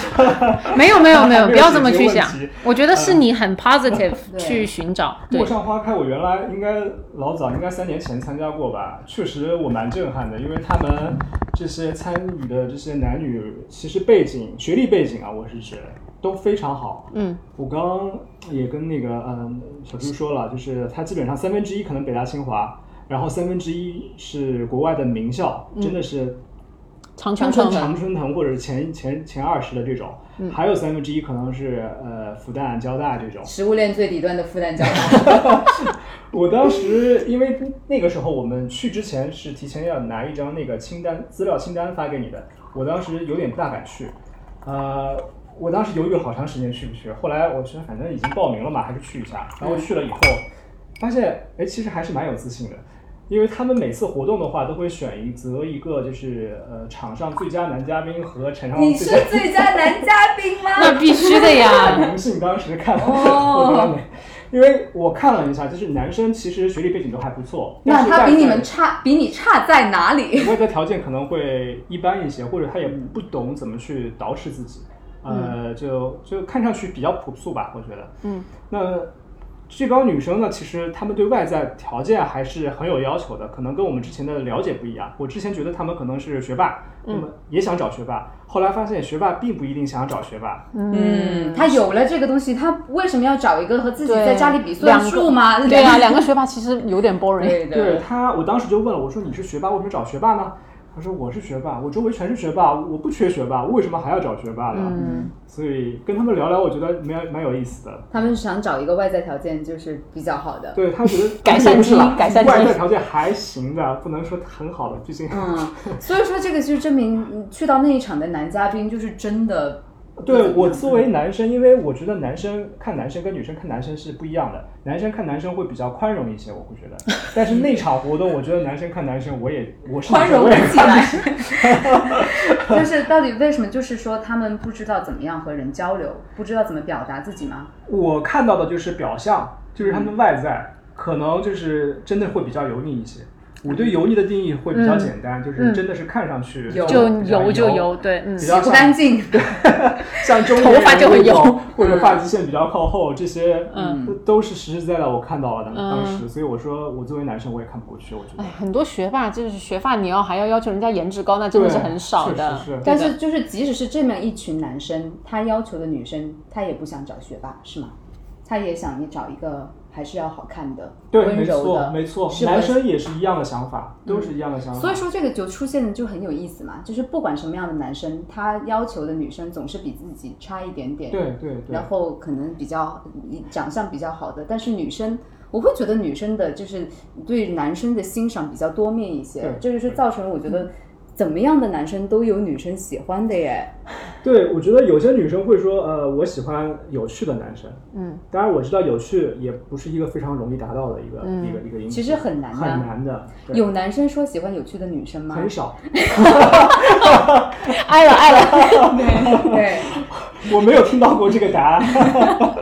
Speaker 2: 没有没有 没有，不要这么去想
Speaker 3: 没有解决问题。嗯
Speaker 2: 我觉得是你很 positive
Speaker 1: 对
Speaker 2: 去寻找，对
Speaker 3: 陌，上花开，我原来应该老早，应该三年前参加过吧。确实我蛮震撼的，因为他们这些参与的这些男女，其实背景、学历背景啊，我是指都非常好。
Speaker 2: 嗯，
Speaker 3: 我刚刚也跟那个嗯小朱说了，就是他基本上三分之一可能北大清华，然后三分之一是国外的名校，真的是
Speaker 2: 长
Speaker 3: 长
Speaker 2: 春
Speaker 3: 春
Speaker 2: 藤
Speaker 3: 常春藤或者前前前二十的这种，还有三分之一可能是呃复旦、交大这种。
Speaker 1: 食物链最底端的复旦交大，
Speaker 3: 我当时因为那个时候我们去之前是提前要拿一张那个清单资料清单发给你的，我当时有点不大敢去，呃，我当时犹豫了好长时间去不去，后来我说反正已经报名了嘛，还是去一下。然后去了以后，发现哎其实还是蛮有自信的，因为他们每次活动的话都会选一择一个就是呃场上最佳男嘉宾和场上
Speaker 1: 你
Speaker 3: 最
Speaker 1: 是
Speaker 3: 佳
Speaker 1: 最佳男嘉宾吗？
Speaker 2: 那必须的呀。
Speaker 3: 荣幸当时看了，
Speaker 1: 哦
Speaker 3: 我刚没，因为我看了一下，就是男生其实学历背景都还不错，但
Speaker 1: 那
Speaker 3: 是
Speaker 1: 他
Speaker 3: 外
Speaker 1: 比你
Speaker 3: 在
Speaker 1: 们差，比你差在哪里？
Speaker 3: 外在条件可能会一般一些，或者他也不懂怎么去捯饬自己，
Speaker 1: 嗯
Speaker 3: 呃，就就看上去比较朴素吧，我觉得。
Speaker 2: 嗯，
Speaker 3: 那这帮女生呢，其实她们对外在条件还是很有要求的，可能跟我们之前的了解不一样。我之前觉得她们可能是学霸，那
Speaker 1: 嗯
Speaker 3: 么也想找学霸，后来发现学霸并不一定想找学霸，
Speaker 1: 嗯，他有了这个东西，他为什么要找一个和自己
Speaker 2: 对
Speaker 1: 在家里比算数吗？
Speaker 2: 对呀、两个学霸其实有点 boring。
Speaker 1: 对啊
Speaker 3: 对
Speaker 1: 的，
Speaker 3: 他，我当时就问了，我说你是学霸，为什么找学霸呢？他说我是学霸，我周围全是学霸，我不缺学霸，为什么还要找学霸呢？
Speaker 2: 嗯，
Speaker 3: 所以跟他们聊聊，我觉得蛮蛮有意思的。
Speaker 1: 他们想找一个外在条件就是比较好的。
Speaker 3: 对他觉得
Speaker 2: 改善基因
Speaker 3: 当然也不是啦
Speaker 2: 改善基因
Speaker 3: 外在条件还行的，不能说很好的，毕竟、
Speaker 1: 嗯，所以说这个就证明嗯去到那一场的男嘉宾就是真的，
Speaker 3: 对我作为男生，因为我觉得男生看男生跟女生看男生是不一样的，男生看男生会比较宽容一些，我会觉得。但是那场活动，我觉得男生看男生，我也我是
Speaker 1: 宽容
Speaker 3: 我
Speaker 1: 了
Speaker 3: 也
Speaker 1: 起
Speaker 3: 看不
Speaker 1: 来。就是到底为什么？就是说他们不知道怎么样和人交流，不知道怎么表达自己吗？
Speaker 3: 我看到的就是表象，就是他们外在，可能就是真的会比较油腻一些。我对油腻的定义会比较简单，就是真的是看上去
Speaker 1: 油
Speaker 2: 嗯就
Speaker 3: 比较
Speaker 2: 油就
Speaker 3: 油
Speaker 2: 油，，对，嗯
Speaker 3: 比，
Speaker 1: 洗
Speaker 3: 较
Speaker 1: 不
Speaker 3: 像
Speaker 1: 干 净，
Speaker 3: 像中
Speaker 2: 头发就会油
Speaker 3: 年人那种， 或者发际线比较靠后，这些
Speaker 1: 嗯
Speaker 3: 都是实实在在我看到了的
Speaker 2: 嗯
Speaker 3: 当时，所以我说我作为男生我也看不过去，我觉得
Speaker 2: 哎，很多学霸就是学霸，你要还要要求人家颜值高，那真的是很少的。
Speaker 3: 对是是是
Speaker 1: 但是就是即使是这么一群男生，他要求的女生，他也不想找学霸，是吗？他也想你找一个还是要好看的、
Speaker 3: 对，
Speaker 1: 温
Speaker 3: 没
Speaker 1: 柔
Speaker 3: 错
Speaker 1: 的，
Speaker 3: 没错，
Speaker 1: 是
Speaker 3: 男
Speaker 1: 温
Speaker 3: 生也是一样的想法，都是一样的想法。
Speaker 1: 所以说这个就出现的就很有意思嘛，就是不管什么样的男生，他要求的女生总是比自己差一点点，
Speaker 3: 对对对
Speaker 1: 然，后可能比较长相比较好的，但是女生。我会觉得女生的就是对男生的欣赏比较多面一些
Speaker 3: 对，嗯
Speaker 1: 这就是造成我觉得怎么样的男生都有女生喜欢的耶。
Speaker 3: 对，我觉得有些女生会说，呃，我喜欢有趣的男生。
Speaker 2: 嗯，
Speaker 3: 当然我知道有趣也不是一个非常容易达到的一个、一个一个因
Speaker 1: 嗯
Speaker 3: 素，
Speaker 1: 其实很难的
Speaker 3: 很难的，对
Speaker 1: 有男生说喜欢有趣的女生吗？
Speaker 3: 很少。
Speaker 2: 爱了爱 了，
Speaker 1: 哦对，
Speaker 3: 我没有听到过这个 答案。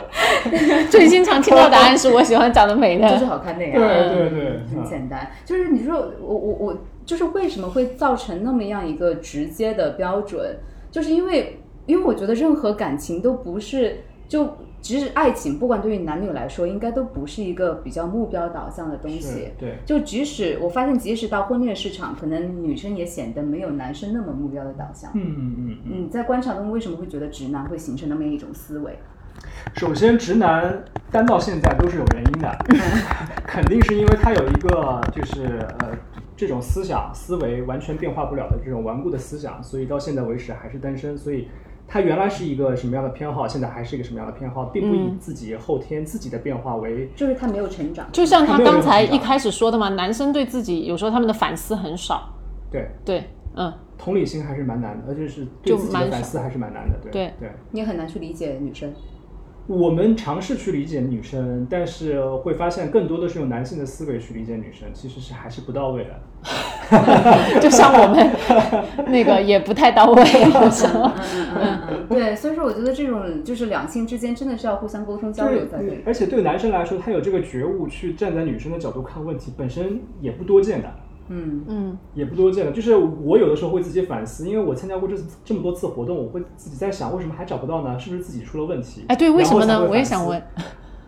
Speaker 2: 最经常听到答案是我喜欢长得美
Speaker 1: 就是
Speaker 2: 的。
Speaker 1: 好看的啊呀。
Speaker 3: 对对对，
Speaker 1: 很
Speaker 3: 嗯
Speaker 1: 简单，就是你说我我我，就是为什么会造成那么样一个直接的标准，就是因为因为我觉得任何感情都不是就只是爱情，不管对于男女来说，应该都不是一个比较目标导向的东西
Speaker 3: 是。对
Speaker 1: 就即使我发现，即使到婚恋市场，可能女生也显得没有男生那么目标的导向。
Speaker 3: 嗯嗯嗯。
Speaker 1: 嗯，在观察中为什么会觉得直男会形成那么一种思维？
Speaker 3: 首先，直男单到现在都是有原因的，肯定是因为他有一个就是呃这种思想思维完全变化不了的这种顽固的思想，所以到现在为止还是单身，所以。他原来是一个什么样的偏好，现在还是一个什么样的偏好，并不以自己后天自己的变化为
Speaker 1: 就是他没有成长。
Speaker 2: 就像他
Speaker 3: 没有
Speaker 2: 刚
Speaker 3: 人
Speaker 2: 才
Speaker 3: 欣赏
Speaker 2: 一开始说的嘛，男生对自己有时候他们的反思很少。
Speaker 3: 对，
Speaker 2: 对，嗯，
Speaker 3: 同理心还是蛮难的，而且是
Speaker 2: 就
Speaker 3: 对自己
Speaker 2: 蛮
Speaker 3: 的反思还是蛮难的。对
Speaker 2: 对
Speaker 3: 对，
Speaker 1: 你很难去理解女生。
Speaker 3: 我们尝试去理解女生，但是会发现更多的是用男性的思维去理解女生，其实是还是不到位的。
Speaker 2: 就像我们 那个也不太到位，好像。
Speaker 1: 嗯嗯嗯，对，所以说我觉得这种就是两性之间真的是要互相沟通交流才可
Speaker 3: 对
Speaker 1: 以，。
Speaker 3: 而且对男生来说，他有这个觉悟去站在女生的角度看问题，本身也不多见的。
Speaker 1: 嗯
Speaker 2: 嗯，
Speaker 3: 也不多见了，就是我有的时候会自己反思，因为我参加过这这么多次活动，我会自己在想，为什么还找不到呢？是不是自己出了问题？
Speaker 2: 哎，对，为什么
Speaker 3: 然后才
Speaker 2: 呢？
Speaker 3: 会
Speaker 2: 我也
Speaker 3: 反思
Speaker 2: 想问。。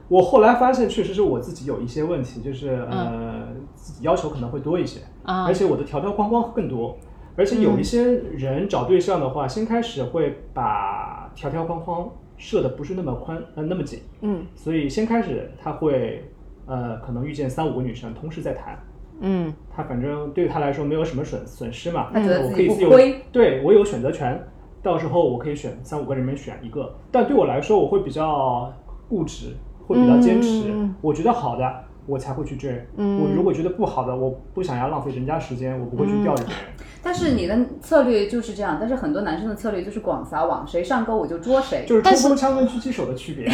Speaker 3: 我后来发现，确实是我自己有一些问题，就是呃，自己要求可能会多一些，
Speaker 2: 嗯啊嗯
Speaker 3: 而且我的条条框框更多，而且有一些人找对象的话，先开始会把条条框框设的不是那么宽，呃，那么紧，
Speaker 2: 嗯
Speaker 3: 所以先开始他会呃，可能遇见三五个女生同时在谈，
Speaker 2: 嗯
Speaker 3: 他反正对他来说没有什么损损失嘛，
Speaker 1: 他觉得
Speaker 3: 我
Speaker 1: 自
Speaker 3: 可
Speaker 1: 己
Speaker 3: 以
Speaker 1: 不
Speaker 3: 自由
Speaker 1: 亏，
Speaker 3: 对我有选择权，到时候我可以选三五个里面选一个。但对我来说，我会比较固执，会比较坚持，
Speaker 2: 嗯
Speaker 3: 我觉得好的。我才会去追。
Speaker 2: 嗯
Speaker 3: 我如果觉得不好的，我不想要浪费人家时间，我不
Speaker 1: 嗯
Speaker 3: 会去吊着别人。
Speaker 1: 但是你的策略就是这样，但是很多男生的策略就是广撒网，谁上钩我就捉谁。
Speaker 3: 就是
Speaker 2: 但
Speaker 3: 冲
Speaker 2: 是
Speaker 3: 锋枪跟狙击手的区别。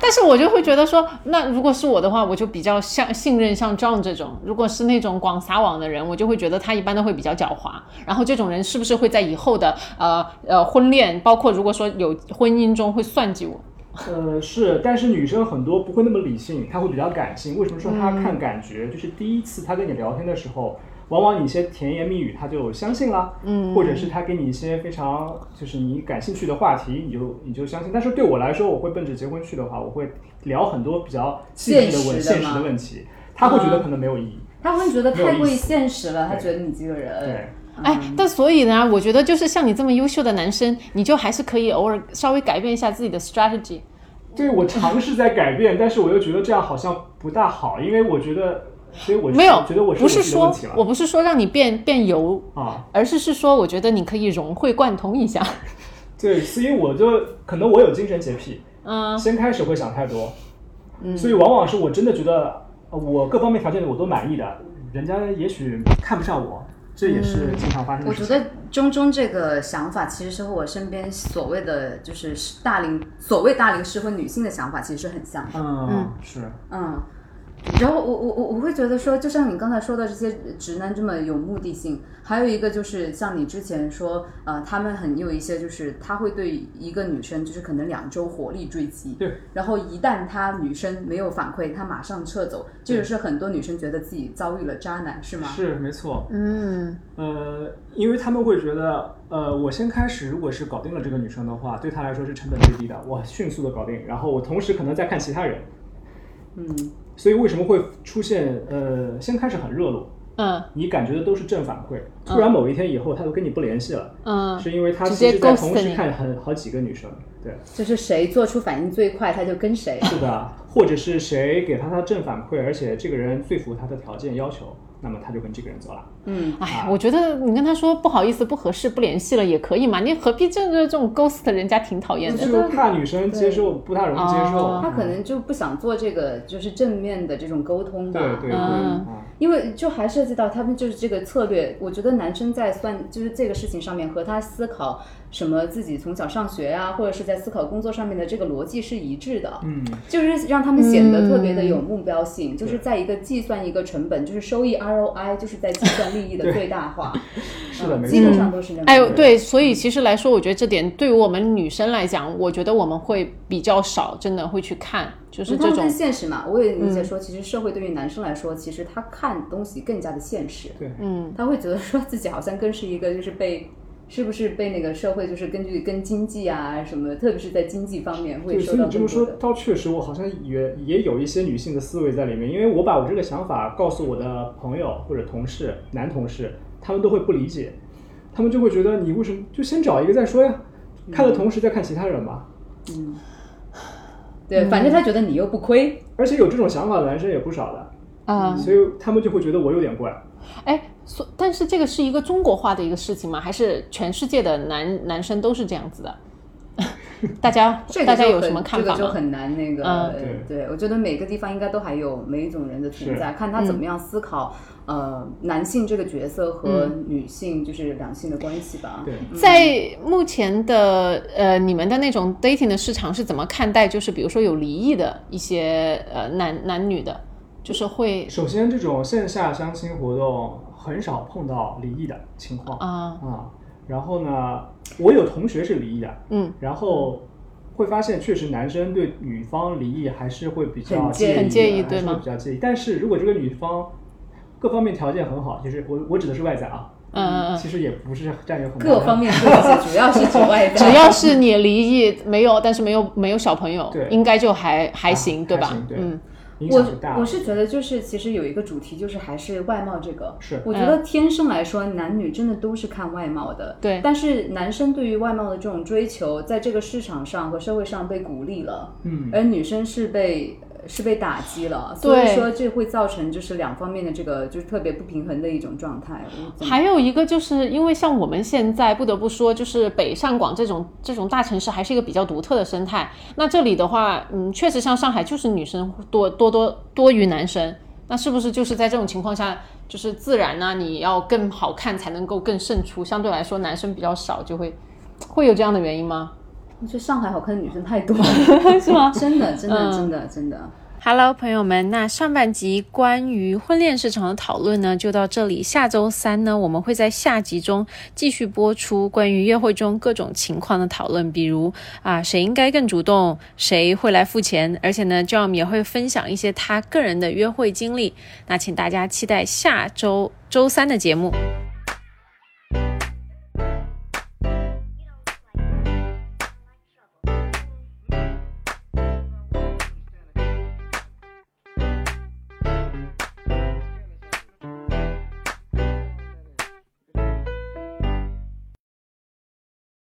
Speaker 2: 但是我就会觉得说，那如果是我的话，我就比较像信任像 John 这种；如果是那种广撒网的人，我就会觉得他一般都会比较狡猾。然后这种人是不是会在以后的呃呃婚恋，包括如果说有婚姻中会算计我？
Speaker 3: 呃，是，但是女生很多不会那么理性，她会比较感性。为什么说她看感觉？就是第一次她跟你聊天的时候，往往你一些甜言蜜语，她就相信了，嗯，或者是她给你一些非常就是你感兴趣的话题，你就你就相信。但是对我来说，我会奔着结婚去的话，我会聊很多比较细致的
Speaker 1: 现实的
Speaker 3: 问现
Speaker 1: 吗
Speaker 3: 实的问题，她会觉得可能没有意义。
Speaker 1: 他会觉得太过
Speaker 3: 没有
Speaker 1: 于
Speaker 3: 意思
Speaker 1: 现实了，他
Speaker 3: 对
Speaker 1: 觉得你这个人。嗯
Speaker 3: 对，
Speaker 2: 哎，但所以呢，我觉得就是像你这么优秀的男生，你就还是可以偶尔稍微改变一下自己的 strategy。
Speaker 3: 对我尝试在改变，但是我又觉得这样好像不大好，因为我觉得，所以我
Speaker 2: 没有，
Speaker 3: 觉得我
Speaker 2: 不是
Speaker 3: 是我
Speaker 2: 说
Speaker 3: 自己的
Speaker 2: 我
Speaker 3: 问题
Speaker 2: 不是说让你变变油，
Speaker 3: 了啊。
Speaker 2: 而是是说我觉得你可以融会贯通一下。
Speaker 3: 对，所以我就可能我有精神洁癖，
Speaker 2: 嗯，
Speaker 3: 先开始会想太多，所以往往是我真的觉得呃我各方面条件我都满意的，人家也许看不上我，这也是经常发生
Speaker 1: 我
Speaker 3: 的
Speaker 1: 觉
Speaker 3: 事情。
Speaker 1: 得中中这个想法其实是和我身边所谓的就是大龄所谓大龄适婚女性的想法其实是很像的。
Speaker 3: 嗯，是，
Speaker 1: 嗯，然后我我我我会觉得说，就像你刚才说的这些直男这么有目的性，还有一个就是像你之前说，呃，他们很有一些就是他会对一个女生就是可能两周火力追击，
Speaker 3: 对，
Speaker 1: 然后一旦他女生没有反馈，他马上撤走，这就是很多女生觉得自己遭遇了渣男，是吗？
Speaker 3: 是没错。
Speaker 2: 嗯
Speaker 3: 呃，因为他们会觉得，呃，我先开始如果是搞定了这个女生的话，对她来说是成本最低的，我迅速的搞定，然后我同时可能在看其他人，
Speaker 1: 嗯，
Speaker 3: 所以为什么会出现呃，先开始很热络，
Speaker 2: 嗯
Speaker 3: 你感觉的都是正反馈，突然某一天以后，他都跟你不联系了，
Speaker 2: 嗯，
Speaker 3: 是因为他
Speaker 2: 直
Speaker 3: 其
Speaker 2: 接
Speaker 3: 实在
Speaker 2: ghost
Speaker 3: 同时
Speaker 2: 你
Speaker 3: 看很好几个女生，对，
Speaker 1: 就是谁做出反应最快，他就跟谁。
Speaker 3: 是的，或者是谁给他他正反馈，而且这个人最符合他的条件要求，那么他就跟这个人走了。
Speaker 1: 嗯，
Speaker 2: 哎，我觉得你跟他说不好意思、不合适、不联系了也可以嘛，你何必挣着这种 ghost 人家挺讨厌
Speaker 3: 就
Speaker 2: 的。
Speaker 3: 是怕女生接受不太容易接受，
Speaker 2: 哦
Speaker 1: 他可能就不想做这个，就是正面的这种沟通吧。
Speaker 3: 对对对，
Speaker 2: 嗯
Speaker 3: 嗯
Speaker 1: 因为就还涉及到他们就是这个策略，我觉得男生在算就是这个事情上面和他思考什么自己从小上学啊，或者是在思考工作上面的这个逻辑是一致的，
Speaker 3: 嗯，
Speaker 1: 就是让他们显得特别的有目标性，就是在一个计算一个成本，就是收益嗯 ROI，就是在计算利益的最大化，
Speaker 3: 嗯
Speaker 1: 嗯
Speaker 3: 是的，没
Speaker 1: 基本
Speaker 3: 错。
Speaker 1: 上都是那样。
Speaker 2: 哎，对，所以其实来说，我觉得这点对于我们女生来讲，我觉得我们会比较少，真的会去看，就是
Speaker 1: 嗯他
Speaker 2: 这
Speaker 1: 们更
Speaker 2: 种，
Speaker 1: 现实嘛，我也理
Speaker 3: 嗯
Speaker 1: 解说，其实社会对于男生来说，其实他看东西更加的现实。
Speaker 3: 对，
Speaker 2: 嗯
Speaker 1: 他会觉得说自己好像更是一个就是被，是不是被那个社会就是根据跟经济啊什么，特别是在经济方面会
Speaker 3: 对，
Speaker 1: 受
Speaker 3: 所以
Speaker 1: 到
Speaker 3: 你这
Speaker 1: 更
Speaker 3: 么
Speaker 1: 多
Speaker 3: 说
Speaker 1: 的。
Speaker 3: 倒确实，我好像也也有一些女性的思维在里面，因为我把我这个想法告诉我的朋友或者同事，男同事，他们都会不理解，他们就会觉得你为什么就先找一个再说呀，
Speaker 1: 嗯
Speaker 3: 看的同时再看其他人吧。
Speaker 1: 对，反正他觉得你又不
Speaker 2: 嗯
Speaker 1: 亏，
Speaker 3: 而且有这种想法的男生也不少的，
Speaker 1: 嗯
Speaker 2: 啊，
Speaker 3: 所以他们就会觉得我有点怪。
Speaker 2: 哎，所但是这个是一个中国化的一个事情吗？还是全世界的男男生都是这样子的？ 大家
Speaker 1: 这个
Speaker 2: 大家
Speaker 1: 就
Speaker 2: 有
Speaker 1: 很
Speaker 2: 什么看
Speaker 1: 这
Speaker 2: 法
Speaker 1: 个就
Speaker 2: 吗？
Speaker 1: 很难那个，
Speaker 2: 嗯
Speaker 1: 对我觉得每个地方应该都还有每一种人的存在，看他
Speaker 2: 嗯
Speaker 1: 怎么样思考、呃男性这个角色和
Speaker 2: 嗯
Speaker 1: 女性就是两性的关系吧。
Speaker 3: 对，
Speaker 2: 在目前的呃，你们的那种 dating 的市场是怎么看待？就是比如说有离异的一些呃男男女的，就是会
Speaker 3: 首先这种线下相亲活动很少碰到离异的情况啊、
Speaker 2: 啊、
Speaker 1: 嗯
Speaker 3: 然后呢，我有同学是离异的，
Speaker 2: 嗯，
Speaker 3: 然后会发现确实男生对女方离异还是会比较
Speaker 1: 很介意
Speaker 3: 的
Speaker 1: 很
Speaker 2: 介意
Speaker 3: 还是
Speaker 2: 对吗
Speaker 3: 会比较介意。但是如果这个女方各方面条件很好，就是我我指的是外在啊，
Speaker 2: 嗯嗯嗯
Speaker 3: 其实也不是占有很大
Speaker 1: 各
Speaker 3: 的
Speaker 1: 方面都有些，主要是指外 在。
Speaker 2: 只要是你离异没有，但是没有没有小朋友
Speaker 3: 对，
Speaker 2: 应该就还还
Speaker 3: 啊
Speaker 2: 行，
Speaker 3: 还
Speaker 2: 对吧
Speaker 3: 行？对
Speaker 2: 嗯，
Speaker 3: 影响很大
Speaker 1: 我我是觉得就是其实有一个主题就是还是外貌这个，
Speaker 3: 是
Speaker 1: 我觉得天生来说男女真的都是看外貌的，
Speaker 2: 对
Speaker 1: 但是男生对于外貌的这种追求，在这个市场上和社会上被鼓励了，
Speaker 3: 嗯
Speaker 1: 而女生是被呃是被打击了，所
Speaker 2: 对
Speaker 1: 以说这会造成就是两方面的这个就是特别不平衡的一种状态。我怎么
Speaker 2: 还有一个就是因为像我们现在不得不说，就是北上广这种这种大城市还是一个比较独特的生态。那这里的话，嗯，确实像上海就是女生多多多多于男生，那是不是就是在这种情况下，就是自然呢、你要更好看才能够更胜出，相对来说男生比较少，就会会有这样的原因吗？
Speaker 1: 我觉得上海好看的女生太多 了，是吗？ 真的，真
Speaker 2: 嗯
Speaker 1: 的，真的，真的。
Speaker 2: Hello，朋友们，那上半集关于婚恋市场的讨论呢，就到这里。下周三呢，我们会在下集中继续播出关于约会中各种情况的讨论，比如啊，谁应该更主动，谁会来付钱，而且呢，John 也会分享一些他个人的约会经历。那请大家期待下周周三的节目。